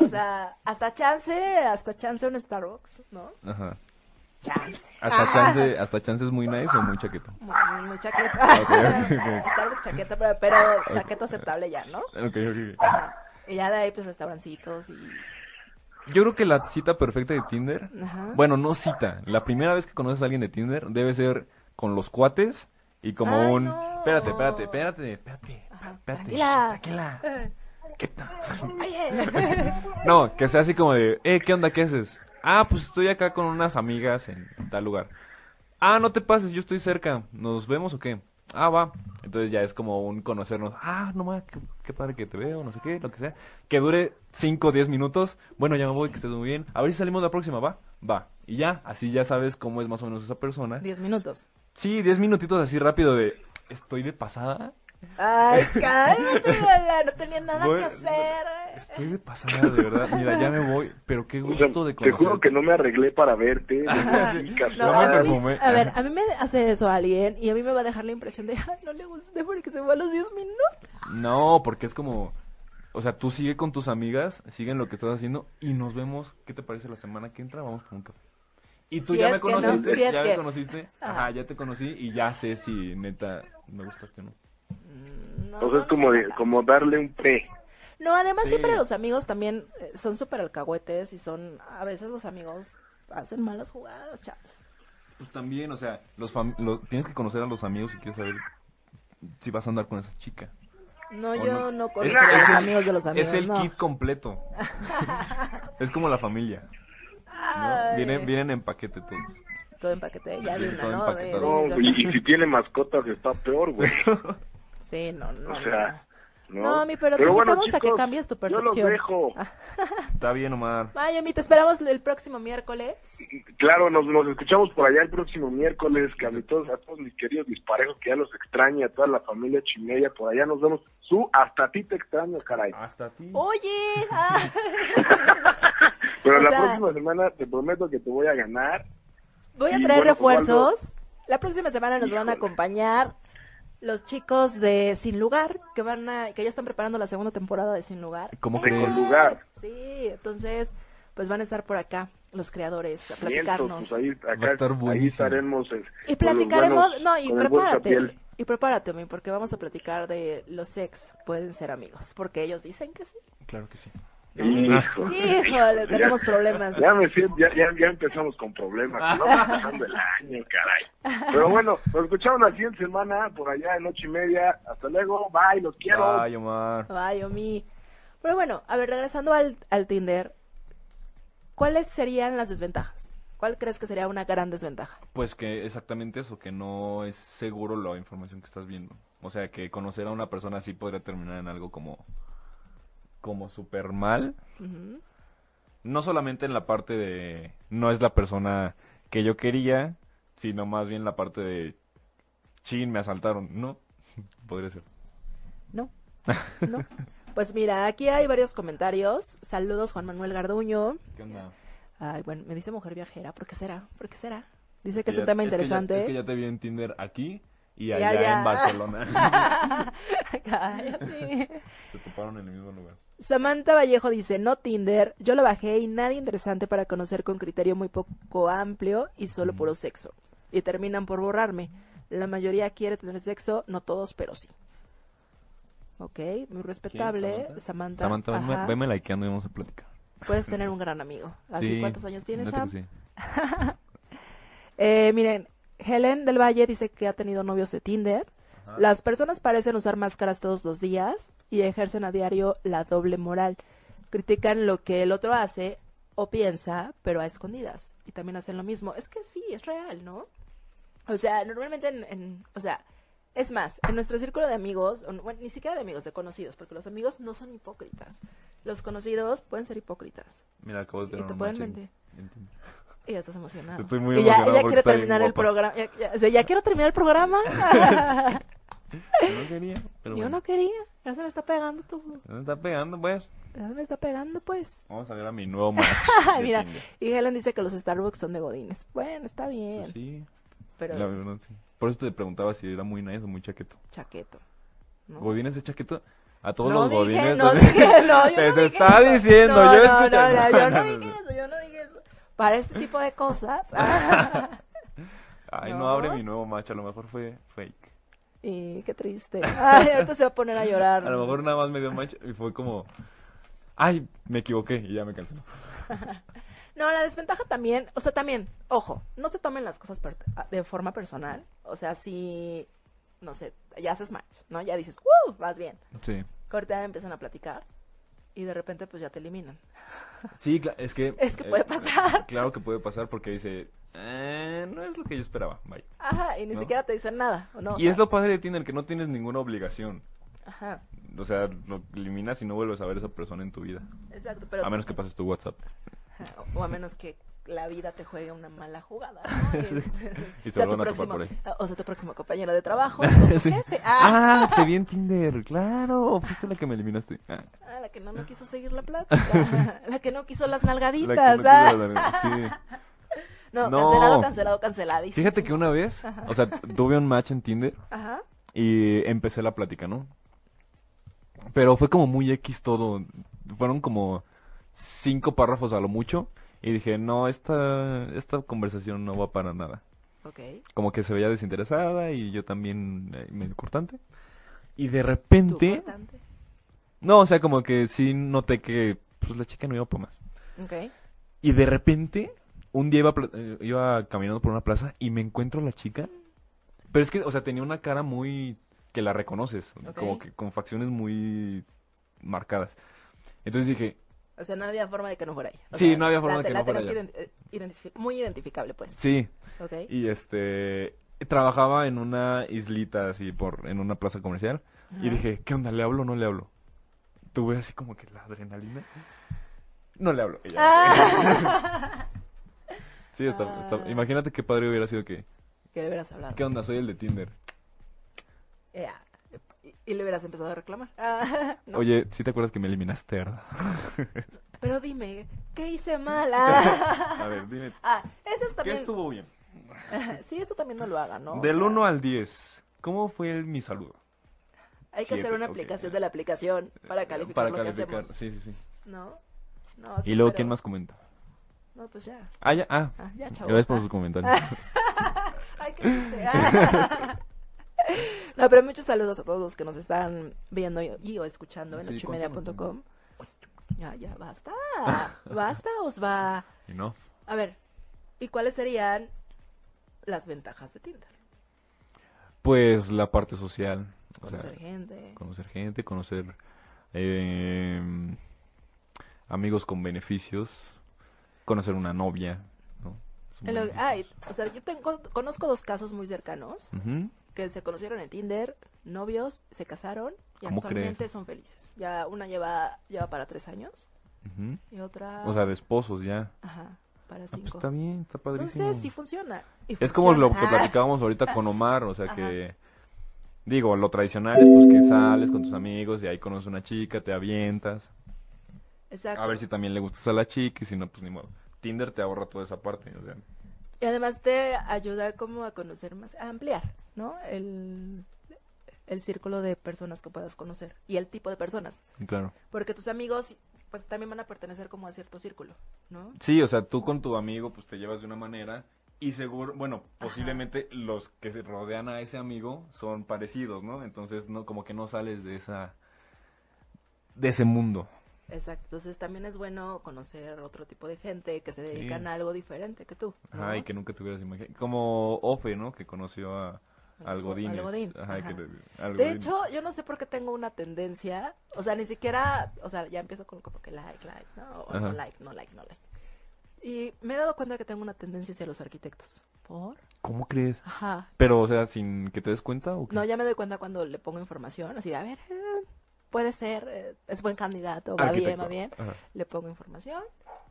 O sea, hasta chance, hasta chance un Starbucks, ¿no? Ajá. Chance. Hasta chance, hasta chance es muy nice o muy chaqueto. Muy, muy- muy chaqueta. Ok, [LAUGHS] [LAUGHS] ok, Starbucks chaqueta, pero, pero chaqueta aceptable ya, ¿no? Ok, ok, ok. Ajá. Y ya de ahí, pues, restaurancitos y... Yo creo que la cita perfecta de Tinder, Ajá. bueno, no cita, la primera vez que conoces a alguien de Tinder debe ser con los cuates y como Ay, un... no. Espérate, espérate, espérate, espérate, Ajá. espérate. Tranquila. Eh. tranquila, quieta. [LAUGHS] Oye. No, que sea así como de, eh, ¿qué onda? ¿Qué haces? Ah, pues estoy acá con unas amigas en tal lugar. Ah, no te pases, yo estoy cerca. ¿Nos vemos o qué? Ah, va. Entonces ya es como un conocernos. Ah, no mames, qué, qué padre que te veo, no sé qué, lo que sea. Que dure 5 o 10 minutos. Bueno, ya me voy, que estés muy bien. A ver si salimos la próxima, ¿va? Va. Y ya, así ya sabes cómo es más o menos esa persona. Diez minutos. Sí, 10 minutitos así rápido de, ¿estoy de pasada? Ay, cállate, Lola, no tenía nada Voy- que hacer. Estoy de pasada, de verdad. Mira, ya me voy, pero qué O sea, gusto de te conocerte. juro que no me arreglé [LAUGHS] para verte. no me así, No, casual. me a, mí, perfumé. a ver, a mí me hace eso alguien y a mí me va a dejar la impresión de, ay, no le gusté porque se fue a los 10 minutos. No, porque es como, o sea, tú sigue con tus amigas, siguen lo que estás haciendo y nos vemos, ¿qué te parece la semana que entra? Vamos por un café. Y tú Si ya es me que no, conociste, si es ya que- me conociste, Ah. ajá, ya te conocí y ya sé si neta me gustaste o no. No, O sea, Pues es no, como, no, de, no. como darle un pre. No, además Sí. siempre los amigos también eh, son súper alcahuetes y son, a veces los amigos hacen malas jugadas, chavos. Pues también, o sea, los, fam- los- tienes que conocer a los amigos si quieres saber si vas a andar con esa chica. No, o yo no, Es- conozco a los es el- amigos de los amigos. Es el no. kit completo. [LAUGHS] es como la familia. ¿no? Ay, Vienen, vienen en paquete todos. Todo empaquete, ya de Viene una, todo ¿no? De- de No, inicio. y, y si tiene mascotas está peor, güey. Sí, no, no. O no. sea, no. No, mi, pero te invitamos a que cambies tu Yo percepción. Ah. los dejo. Está bien, Omar. Mayomi, te esperamos el próximo miércoles. Claro, nos, nos escuchamos por allá el próximo miércoles, que a, mi- todos, a todos mis queridos mis parejos que ya los extraña, a toda la familia chimeya, por allá nos vemos. Su, hasta a ti te extraño, caray. Hasta ti. Oye, ah. [LAUGHS] Pero o la sea- próxima semana te prometo que te voy a ganar. voy a Y traer bueno, pues, Waldo. refuerzos. La próxima semana nos van a Híjole. acompañar los chicos de Sin Lugar, que van a, que ya están preparando la segunda temporada de Sin Lugar. ¿Cómo De crees? con lugar. Sí, entonces, pues van a estar por acá los creadores a Vientos, platicarnos. pues ahí, Va a acá, estar ahí buenísimo. estaremos. Y eh, con los platicaremos, buenos- no, y con el buen Sapiel. prepárate, y prepárate, mi, porque vamos a platicar de los ex pueden ser amigos, porque ellos dicen [LAUGHS] que sí. Claro que sí. Hijo. Híjole, tenemos problemas. Ya, me siento- ya, ya, ya empezamos con problemas. No pasando el año, caray. Pero bueno, nos escuchamos la siguiente semana por allá en ocho y media. Hasta luego. Bye, los quiero. Ay, Omar. Ay, Omi. Pero bueno, a ver, regresando al, al Tinder, ¿cuáles serían las desventajas? ¿Cuál crees que sería una gran desventaja? Pues que exactamente eso, que no es seguro la información que estás viendo. O sea, que conocer a una persona así podría terminar en algo como como súper mal. Ujú. No solamente en la parte de no es la persona que yo quería, sino más bien la parte de chin, me asaltaron. No, [LAUGHS] podría ser. No, no. Pues mira, aquí hay varios comentarios. Saludos, Juan Manuel Garduño. ¿Qué onda? Ay, bueno, me dice mujer viajera. ¿Por qué será? ¿Por qué será? Dice que es un tema interesante. ¿eh? es que [LAUGHS] ya te vi en Tinder aquí y Y allá, allá. en Barcelona. [LAUGHS] Cállate. Se toparon en el mismo lugar. Samantha Vallejo dice, no Tinder, yo lo bajé y nadie interesante para conocer con criterio muy poco amplio y solo puro sexo. Y terminan por borrarme. La mayoría quiere tener sexo, no todos, pero sí. Ok, muy respetable. Samantha, Samantha, ajá. venme, venme likeando y vamos a platicar. puedes tener un gran [LAUGHS] amigo. Así, Sí, ¿cuántos años tienes, neta Sam? que sí. Eh, miren, Helen del Valle dice que ha tenido novios de Tinder. Las personas parecen usar máscaras todos los días y ejercen a diario la doble moral. Critican lo que el otro hace o piensa, pero a escondidas. Y también hacen lo mismo. Es que sí, es real, ¿no? O sea, normalmente en, en- o sea, es más, en nuestro círculo de amigos, o no- bueno, ni siquiera de amigos, de conocidos, porque los amigos no son hipócritas. Los conocidos pueden ser hipócritas. Mira, acabo de Y tener te un pueden match en- mentir. en Tinder. Y ya estás emocionado. Estoy muy y ya, emocionado ella porque quiere está bien terminar el guapa. programa. Ya, ya- o sea, ya quiero terminar el [LAUGHS] programa. No quería, pero Yo bueno. no quería. Ya se me está pegando tú. Ya me está pegando, pues? Ya se me está pegando, pues. Vamos a ver a mi [LAUGHS] nuevo match. de Mira, Tinder. y Helen dice que los Starbucks son de godines. Bueno, está bien. Pues sí, Pero la verdad, sí. Por eso te preguntaba si era muy nice o muy chaqueto. chaqueto. ¿no? ¿Godines es chaqueto? A todos No los dije, godines. no dije, no, yo Te no se dije está eso. diciendo, No, yo no, escuché. no, no, yo [LAUGHS] No, no no, dije no. eso, yo no dije eso. Para este tipo de [LAUGHS] cosas. [LAUGHS] [LAUGHS] Ay, no. No. abre mi nuevo match, a lo mejor fue fake. y qué triste. Ay, ahorita se va a poner a llorar. A lo mejor nada más me dio match y fue como. Ay, me equivoqué y ya me canceló. No, la desventaja también, o sea, también, ojo, no se tomen las cosas per- ah, de forma personal. O sea, si, no sé, ya haces match, ¿no? Ya dices, ¡uh! Vas bien. Sí. Corta, empiezan a platicar y de repente, pues ya te eliminan. Sí, cla- es que. eh, Es que puede pasar. [LAUGHS] Claro que puede pasar porque dice. "Eh, no es lo que yo esperaba. Bye. Ajá, y ni ¿No? siquiera te dicen nada, ¿o no? O y sea, es lo padre de Tinder, que no tienes ninguna obligación. Ajá, O sea, lo eliminas y no vuelves a ver a esa persona en tu vida. exacto, pero. A menos que pases tu WhatsApp. Ajá, O a menos que la vida te juegue una mala jugada. [LAUGHS] Sí. Y se Y sea, tu vuelvan a topar próximo, por ahí. o sea, tu próximo compañero de [LAUGHS] trabajo. o tu Sí. jefe. Ah, Ah, te vi en Tinder, claro. Fuiste la que me eliminaste. Ah, ah, la que no, no quiso seguir la [LAUGHS] plática. la que no quiso las la que nalgaditas. no quiso ah. la- [LAUGHS] sí. No, No. cancelado, cancelado, cancelado. Fíjate que una vez, o sea, tuve un match en Tinder Ajá. y empecé la plática, ¿no? Pero fue como muy X todo. Fueron como cinco párrafos a lo mucho. Y dije, no, esta, esta conversación no va para nada. Ok. como que se veía desinteresada y yo también eh, medio cortante. Y de repente, Importante. no, o sea, como que sí noté que pues la chica no iba por más. Ok. Y de repente, un día iba, pla- eh, iba caminando por una plaza y me encuentro a la chica. Pero es que, o sea, tenía una cara muy que la reconoces, Ok. como que con facciones muy marcadas. Entonces dije, O sea, no había forma de que no fuera ella. O Sí, sea, no había forma la- de que la no fuera tenías que ident- identifi- muy identificable, pues. sí, Ok. Y este trabajaba en una islita así por en una plaza comercial y Ajá. dije, ¿qué onda? ¿Le hablo o no le hablo? Tuve así como que la adrenalina. No le hablo. Y ya. [LAUGHS] sí, está, está- Ah. imagínate qué padre hubiera sido que, Que le hubieras hablado. ¿qué onda? Soy el de Tinder. Eh, ah, y, y le hubieras empezado a reclamar. Ah, [LAUGHS] no. Oye, ¿sí te acuerdas que me eliminaste, verdad? Pero dime, ¿qué hice [LAUGHS] mal? Ah, A ver, dime, ah, eso es [LAUGHS] ¿qué también. estuvo bien? [LAUGHS] Sí, eso también no lo hagan, ¿no? O Del sea, 1 al 10, ¿cómo fue el- mi saludo? Hay que hacer siete, una ok. aplicación de la aplicación para calificar Para lo que calificar, hacemos. sí, sí, sí. ¿No? No, sí, Y luego, pero- ¿quién más comenta? No, pues ya. Ah, ya, ah. Ah, ya, chao. Gracias por Ah. sus comentarios. Ay, qué triste. [LAUGHS] Ah. No, pero muchos saludos a todos los que nos están viendo y, y o escuchando en Sí, ochimedia.com. Ya, ya, basta. Basta, os va. Y no. A ver, ¿y cuáles serían las ventajas de Tinder? Pues la parte social. o sea, Conocer gente. conocer gente, conocer eh, amigos con beneficios, conocer una novia. ¿no? Son En lo- beneficios. ay, o sea, yo tengo, conozco dos casos muy cercanos Ujú. que se conocieron en Tinder, novios, se casaron y ¿Cómo actualmente crees? son felices. Ya una lleva, lleva para tres años Ujú. y otra, O sea, de esposos ya. ajá, para Ah, pues Ah. cinco. está bien, está padrísimo. Entonces sí funciona. y es como lo que funciona. platicábamos ahorita con Omar, o sea que... Digo, lo tradicional es pues que sales con tus amigos y ahí conoces una chica, te avientas. Ah, Exacto. A ver si también le gustas a la chica y si no, pues ni modo. Tinder te ahorra toda esa parte. O sea, Y además te ayuda como a conocer más, a ampliar, ¿no? El, el círculo de personas que puedas conocer y el tipo de personas. claro. Porque tus amigos, pues también van a pertenecer como a cierto círculo, ¿no? Sí, o sea, tú con tu amigo pues te llevas de una manera y seguro, bueno, posiblemente los que se rodean a ese amigo son parecidos, ¿no? Entonces no como que no sales de esa de ese mundo. Exacto. Entonces también es bueno conocer otro tipo de gente que se dedican Sí. a algo diferente que tú. ¿no? Ajá, y que nunca tuvieras imagen. Como Ofe, ¿no? Que conoció a, Al Godínez. al Godín, Ajá, ajá. que te- al De Godín. hecho, yo no sé por qué tengo una tendencia, o sea, ni siquiera, o sea, ya empiezo con como que like, like, no, o Ajá. no like, no like, no like. Y me he dado cuenta que tengo una tendencia hacia los arquitectos. ¿Por? ¿Cómo crees? Ajá. Pero, o sea, sin que te des cuenta o qué? No, ya me doy cuenta cuando le pongo información, así de, a ver, eh, puede ser, eh, es buen candidato, va bien, Arquitecto. va bien. Ah, Ajá, Le pongo información,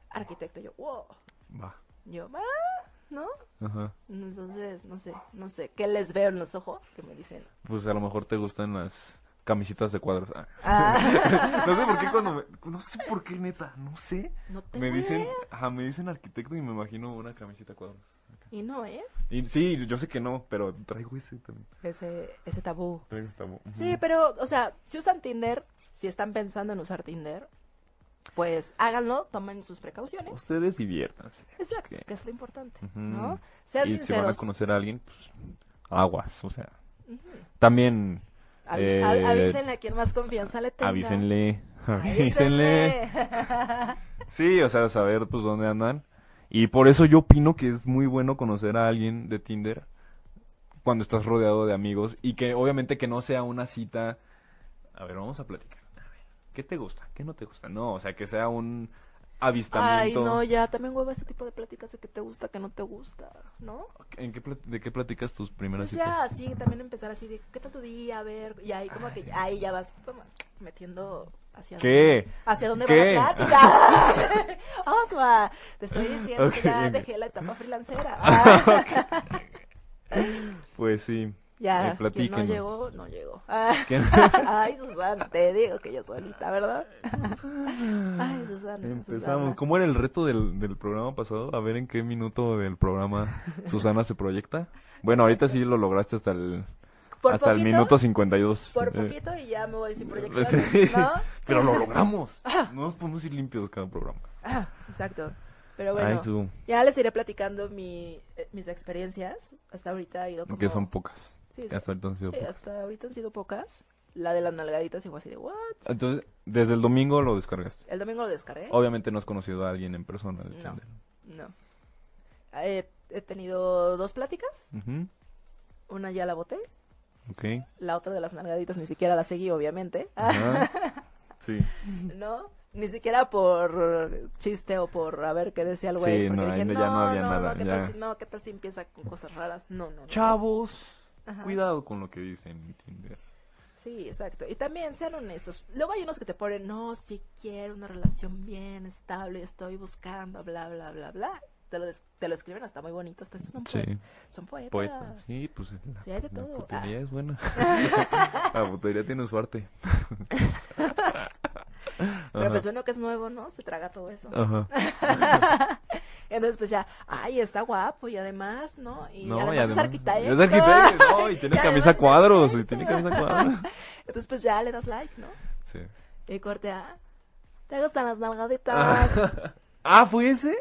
arquitecto, yo, wow, va. yo, ah, ¿no? Ajá. Entonces, no sé, no sé, ¿qué les veo en los ojos? Que me dicen, Pues a lo mejor te gustan las camisitas de cuadros. Ah. ah, [LAUGHS] No sé por qué cuando me... No sé por qué, neta, no sé. no te Me dicen, ajá, me dicen arquitecto y me imagino una camiseta de cuadros. Y no, ¿eh? Y sí, yo sé que no, pero traigo ese también. Ese, ese tabú. Traigo ese tabú. Ujú. Sí, pero, o sea, si usan Tinder, si están pensando en usar Tinder, pues háganlo, tomen sus precauciones. Ustedes diviértanse. Exacto, Ok. que es lo importante, Ujú. ¿no? Sean y si van a sinceros. conocer a alguien, pues aguas, o sea. Ujú. También Avis- Eh, av- avísenle a quien más confianza le tenga. avísenle, avísenle. [LAUGHS] Avísenle. [LAUGHS] Sí, o sea, saber pues dónde andan. Y por eso yo opino que es muy bueno conocer a alguien de Tinder cuando estás rodeado de amigos y que obviamente que no sea una cita. A ver, vamos a platicar. A ver, ¿qué te gusta? ¿Qué no te gusta? No, o sea, que sea un Ay, avistamiento. no, ya, también hueva ese tipo de pláticas de que te gusta, que no te gusta, ¿no? ¿En qué plat- ¿De qué platicas tus primeras Pues citas? ya, [LAUGHS] sí, también empezar así de, ¿qué tal tu día? A ver, y ahí Ah, como que, ahí ya vas como metiendo hacia ¿Qué? dónde- hacia dónde ¿Qué? va la [LAUGHS] plática. [LAUGHS] Osma, te estoy diciendo Ok. que ya dejé la etapa [LAUGHS] freelancera. Ah, Pues sí. [LAUGHS] ya, Eh, quien no platíquenos. llegó, no llegó. Ah. ¿Qué? [LAUGHS] Ay, Susana, te digo que yo solita, ¿verdad? Ay, Susana, Mm, Empezamos. Susana. ¿Cómo era el reto del, del programa pasado? A ver en qué minuto [LAUGHS] del programa Susana se proyecta. Bueno, ahorita sí lo lograste hasta el, Por hasta el poquito, minuto 52. Por [LAUGHS] Eh, poquito y ya me voy sin eh, proyecciones, sí. ¿no? [LAUGHS] [LAUGHS] Pero lo logramos. No nos podemos ir limpios cada programa. Ah, exacto. Pero bueno, Ay, su- ya les iré platicando mi, eh, mis experiencias. Hasta ahorita ha ido como... que son pocas. Sí, sí. Hasta ahorita han sido Sí, pocas. hasta ahorita han sido pocas. La de las nalgaditas igual así de, ¿what? Entonces, desde el domingo lo descargaste. El domingo lo descargué. Obviamente no has conocido a alguien en persona. de ¿Eh? No. Tinder. No. Eh, he tenido dos pláticas. Ujú, Una ya la boté. Ok. [LAUGHS] La otra de las nalgaditas ni siquiera la seguí, obviamente. Ah, Ajá. Sí. No, ni siquiera por chiste o por a ver qué decía el güey. Sí, porque no, dije, ahí no- no, ya no había no, nada, No, ¿qué ya. Tal si, no, ¿qué tal si empieza con cosas raras? No, no. no. Chavos, Ajá. cuidado con lo que dicen en Tinder. Sí, exacto. Y también sean honestos. Luego hay unos que te ponen, no, si quiero una relación bien estable, estoy buscando, bla, bla, bla, bla. Te lo, des- te lo escriben hasta muy bonito. Hasta esos son, Sí. poe- son poetas. Poeta, sí, pues la, Sí, hay de la todo. Ah. putería [LAUGHS] es buena. la putería tiene su arte. Pero pues Ajá. Ah. uno que es nuevo, ¿no? Se traga todo eso. Ajá. Entonces, pues ya, ay, está guapo y además, ¿no? Y No, y además, es además- arquitecto. Es arquitecto, no, y [LAUGHS] tiene Y además camisa es cuadros, y arquitecto. tiene camisa cuadros. [LAUGHS] Entonces, pues ya le das like, ¿no? Sí. Y corte a. Te gustan las nalgaditas. Ah, ¿fue ese? [LAUGHS]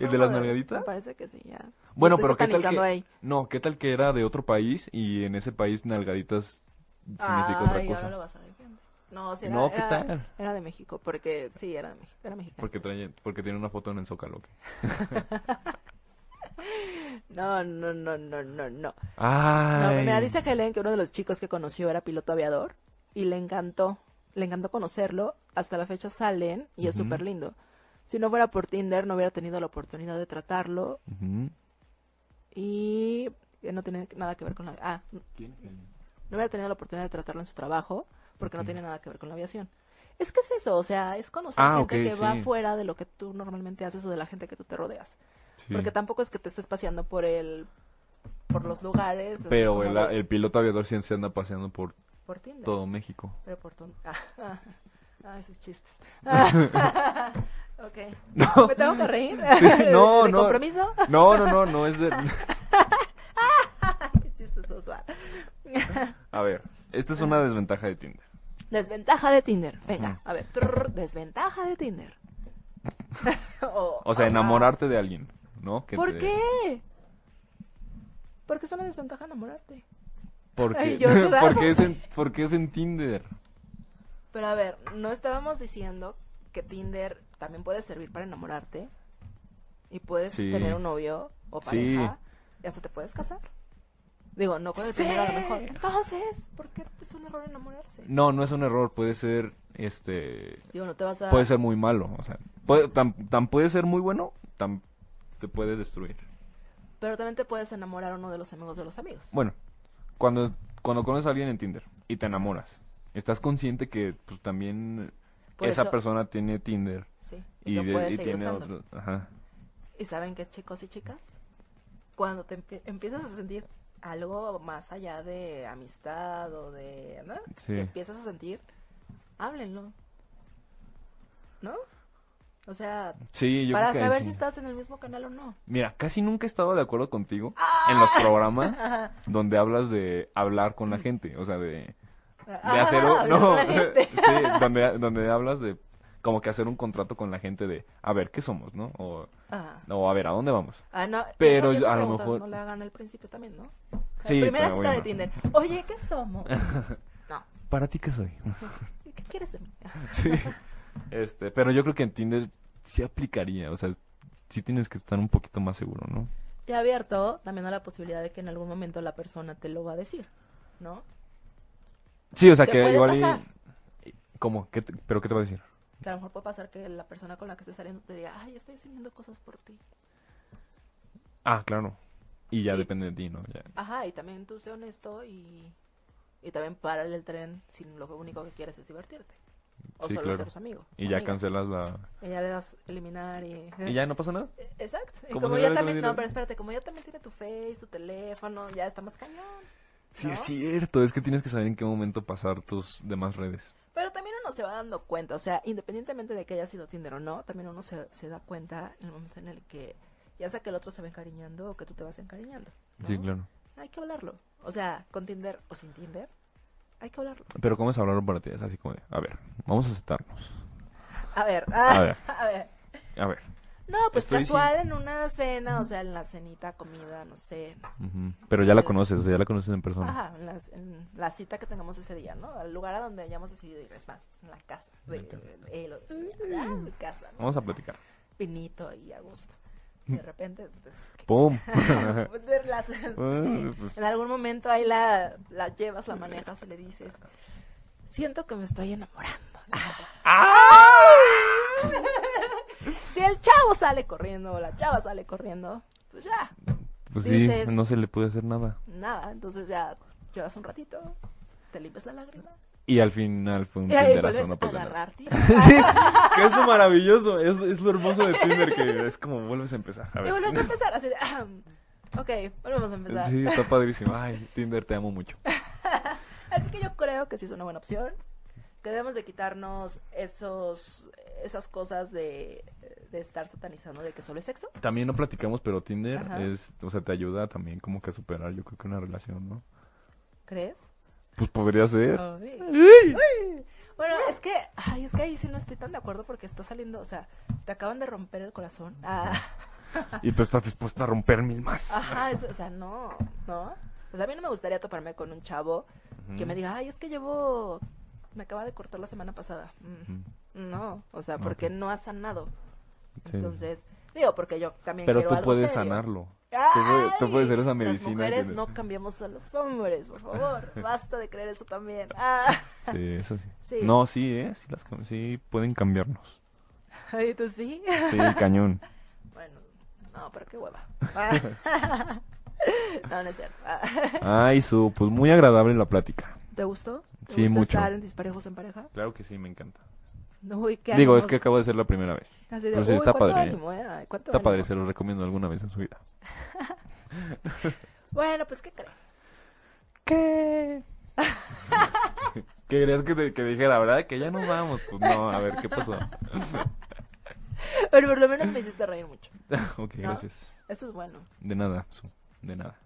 ¿El de las Joder, nalgaditas? Me parece que sí, ya. Bueno, Estoy pero ¿qué tal que... satanizando ahí. No, ¿qué tal que era de otro país y en ese país nalgaditas significa otra Ay, ahora lo cosa? vas a defender. No, sí, era, No, ¿qué era- tal? era de México, porque sí, era de México. Era mexicano. Porque, trae, porque tiene una foto en el Zócalo. ¿qué? No, no, no, no, no, no. No, pues Ay. mira, dice Helen que uno de los chicos que conoció era piloto aviador y le encantó, le encantó conocerlo. Hasta la fecha salen y es Ujú. súper lindo. Si no fuera por Tinder, no hubiera tenido la oportunidad de tratarlo Ujú. y que no tiene nada que ver con la. Ah, no hubiera tenido la oportunidad de tratarlo en su trabajo porque no tiene nada que ver con la aviación. Es que es eso, o sea, es conocer Ah, gente ok, que va sí. fuera de lo que tú normalmente haces o de la gente que tú te rodeas. Sí. Porque tampoco es que te estés paseando por el por los lugares. así Pero como el, de- el piloto aviador sí se anda paseando por por Tinder. [LAUGHS] todo México. Pero por tu... Ah, ah, ah, esos [LAUGHS] chistes. Ah, ok. No. ¿Me tengo que reír? [LAUGHS] Sí, no, ¿De no. compromiso? [LAUGHS] No, no, no, no es de... Qué chistoso. ah. A ver, esta es una desventaja de Tinder. Desventaja de Tinder. Mm. Venga, a ver. trrr, desventaja de Tinder. [LAUGHS] O- O sea, enamorarte de alguien, ¿no? Que ¿Por te- qué? Porque es una desventaja enamorarte. Porque, [LAUGHS] Ay, yo dudaba. porque, [LAUGHS] es en, porque es en Tinder. Pero a ver, ¿no estábamos diciendo que Tinder también puede servir para enamorarte? Y puedes Sí. tener un novio o Sí. pareja. Y hasta te puedes casar. Digo, no con el primero a lo mejor. Entonces, ¿por qué es un error enamorarse? No, no es un error, puede ser, este, Digo, no te vas a... puede ser muy malo, o sea, puede- tan, tan puede ser muy bueno, tan te puede destruir. Pero también te puedes enamorar a uno de los amigos de los amigos. Bueno, cuando, cuando conoces a alguien en Tinder y te enamoras, estás consciente que pues también Por esa eso- persona tiene Tinder Sí. Y, y, lo de- puedes y seguir tiene usando. otro, ajá. Y saben que chicos y chicas, cuando te empie- empiezas a sentir algo más allá de amistad o de... ¿no? Sí. Que empiezas a sentir, háblenlo. ¿No? O sea, Sí, yo para creo que ahí saber sí. si estás en el mismo canal o no. Mira, casi nunca he estado de acuerdo contigo en los programas Ah. [LAUGHS] Ajá. donde hablas de hablar con la gente, o sea, de, de Ah, [LAUGHS] hacer un... hablar con [LAUGHS] No, la gente. sí, donde, donde hablas de como que hacer un contrato con la gente de, a ver, ¿qué somos, no? O, Ah. o a ver, ¿a dónde vamos? Ah, no, Pero esa- yo- esa a lo pregunta mejor- No la hagan al principio también, ¿no? La Sí, primera pero cita de bueno. Tinder. Oye, ¿qué [LAUGHS] somos? No. ¿Para ti qué soy? ¿Qué quieres de mí? [LAUGHS] Sí. Este, pero yo creo que en Tinder sí aplicaría, o sea, sí tienes que estar un poquito más seguro, ¿no? Y abierto también a la posibilidad de que en algún momento la persona te lo va a decir, ¿no? Sí, o sea, ¿Qué que puede igual y- pasar? ¿Cómo? ¿Qué te- ¿Pero qué te va a decir? Que a lo mejor puede pasar que la persona con la que estés saliendo te diga, ay, estoy sintiendo cosas por ti. Ah, claro. Y ya Sí. depende de ti, ¿no? Ya. Ajá, y también tú sé honesto y, y también párale el tren si lo único que quieres es divertirte. O Sí, solo claro. ser su amigo. Y o ya amiga. cancelas la... Y ya le das eliminar y... ¿Y ya no pasa nada? Eh, [LAUGHS] Exacto. Y Como como si ya fuera también... Call of Duty. No, pero espérate, como ya también tiene tu face, tu teléfono, ya está más cañón. Sí, es ¿No? cierto, es que tienes que saber en qué momento pasar tus demás redes. Pero también uno se va dando cuenta, o sea, independientemente de que haya sido Tinder o no, también uno se, se da cuenta en el momento en el que ya sea que el otro se va encariñando o que tú te vas encariñando. ¿no? Sí, claro. Hay que hablarlo. O sea, con Tinder o sin Tinder, hay que hablarlo. Pero ¿cómo es hablar para ti? Es así como de, a ver, vamos a sentarnos. A ver, A a ver. ver. A ver. No, pues Estoy casual en una cena, o sea, en la cenita, comida, no sé. Ujú. Pero ya la conoces, o sea, ya la conoces en persona. Ajá, en, las- en la cita que tengamos ese día, ¿no? Al lugar a donde hayamos decidido ir, es más, en la casa. De, de- el- ah, mi casa, ¿no? Vamos a platicar. Pinito y a gusto. De repente, pues, ¿qué [LAUGHS] ¡Pum! [LAUGHS] Pues, de las- [LAUGHS] sí. Bueno, pues. En algún momento ahí la, la llevas, la manejas y le dices, siento que me estoy enamorando. ¡Ah! [LAUGHS] si el chavo sale corriendo o la chava sale corriendo, pues ya, Pues Dices- sí, no se le puede hacer nada. nada. Entonces ya lloras un ratito, te limpias la lágrima Y al final fue un y ahí tinderazo, vuelves no a pasa nada. agarrarte. [LAUGHS] Sí, que es lo maravilloso, es, es lo hermoso de Tinder, que es como vuelves a empezar. A Y ver. vuelves a empezar así de, "Ahem". ok, volvemos a empezar. Sí, está padrísimo. Ay, Tinder, te amo mucho. Así que yo creo que sí es una buena opción. Que debemos de quitarnos esos esas cosas de, de estar satanizando de que solo es sexo. También no platicamos, pero Tinder Ajá. es, o sea, te ayuda también como que a superar, yo creo que una relación, ¿no? ¿Crees? Pues podría ser. Ay. Ay. Bueno, es que, ay, es que ahí sí no estoy tan de acuerdo porque está saliendo, o sea, te acaban de romper el corazón. Ah, [LAUGHS] Y tú estás dispuesta a romper mil más. ajá, es- o sea, no, ¿no? O sea, a mí no me gustaría toparme con un chavo que me diga, ay, es que llevo, me acaba de cortar la semana pasada. Mm, Ujú. No, o sea, Ok. porque no ha sanado. Sí. Entonces, digo, porque yo también pero quiero tú algo puedes serio. sanarlo. Tú, ¡Ay! puedes, tú puedes ser esa Las medicina. que mujeres te- no cambiamos a los hombres, por [LAUGHS] favor. Basta de creer eso también. Ah. Sí, eso sí. Sí. No, sí, ¿eh? Sí, las cam- sí pueden cambiarnos. Ay, tú sí. Sí, cañón. Bueno, no, pero qué hueva. Ah. [LAUGHS] No, no es cierto. Ah. Ay, su, pues muy agradable la plática. ¿Te gustó? ¿Te Sí, gusta mucho. estar en disparejos en pareja? Claro que sí, me encanta. Uy, qué Digo, ánimos. es que acabo de ser la primera vez. Así de, pero sí, uy, está cuánto padre, ¿eh? ánimo, ¿eh? Ay, cuánto Está padre, ánimo. se lo recomiendo alguna vez en su vida. Bueno, pues, ¿qué crees? [LAUGHS] ¿Qué? ¿Querías que, te, que dijera, verdad? Que ya no vamos. Pues no, a ver, ¿qué pasó? [LAUGHS] Pero por lo menos me hiciste reír mucho. ok, No. gracias. Eso es bueno. De nada, su, de nada.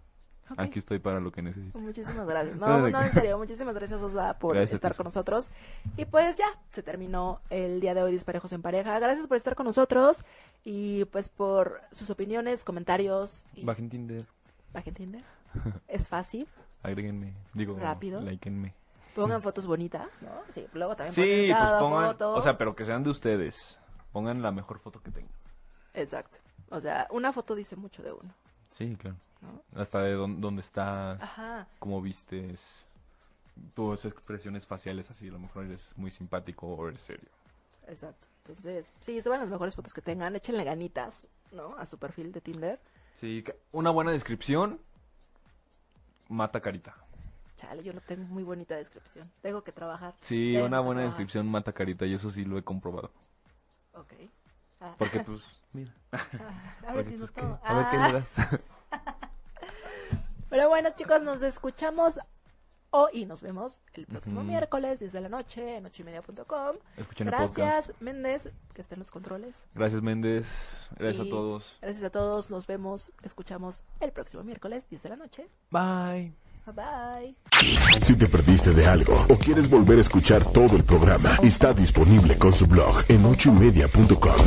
Ok. Aquí estoy para lo que necesito. Muchísimas gracias. No, No, de no, qué. en serio, muchísimas gracias, Osva, por Gracias a ti, estar Osva. con nosotros. Y pues ya, se terminó el día de hoy Disparejos en Pareja. Gracias por estar con nosotros y pues por sus opiniones, comentarios. Y... Bajen Tinder, ¿Bajen Tinder? Es fácil. agréguenme. Digo, Rápido. likenme. Pongan fotos bonitas, ¿no? Sí, luego también Sí, ponen pues cada pongan, foto. o sea, pero que sean de ustedes. Pongan la mejor foto que tengan. Exacto. O sea, una foto dice mucho de uno, Sí, claro. ¿no? Hasta de dónde, dónde estás, Ajá. cómo vistes, tus expresiones faciales así. A lo mejor eres muy simpático o eres serio. Exacto. Entonces, sí, suban las mejores fotos que tengan, échenle ganitas, ¿no? A su perfil de Tinder. Sí, ca- una buena descripción mata carita. Chale, yo no tengo muy bonita descripción. Tengo que trabajar. Sí, Ah. Tengo una que buena trabajar. descripción mata carita y eso sí lo he comprobado. Ok. Ah, Porque pues, [LAUGHS] mira, [LAUGHS] ahora porque, entiendo pues, ¿qué? todo. a ver qué Ah. le das. [LAUGHS] Pero bueno, chicos, nos escuchamos hoy y nos vemos el próximo Ujú. miércoles, 10 de la noche, en ochimedia.com. Escuchen el podcast. Gracias, Méndez, que estén los controles. Gracias Méndez, gracias Y a todos. Gracias a todos, nos vemos, escuchamos el próximo miércoles, 10 de la noche. Bye. Bye bye. Si te perdiste de algo o quieres volver a escuchar todo el programa, está disponible con su blog en ochoymedia.com.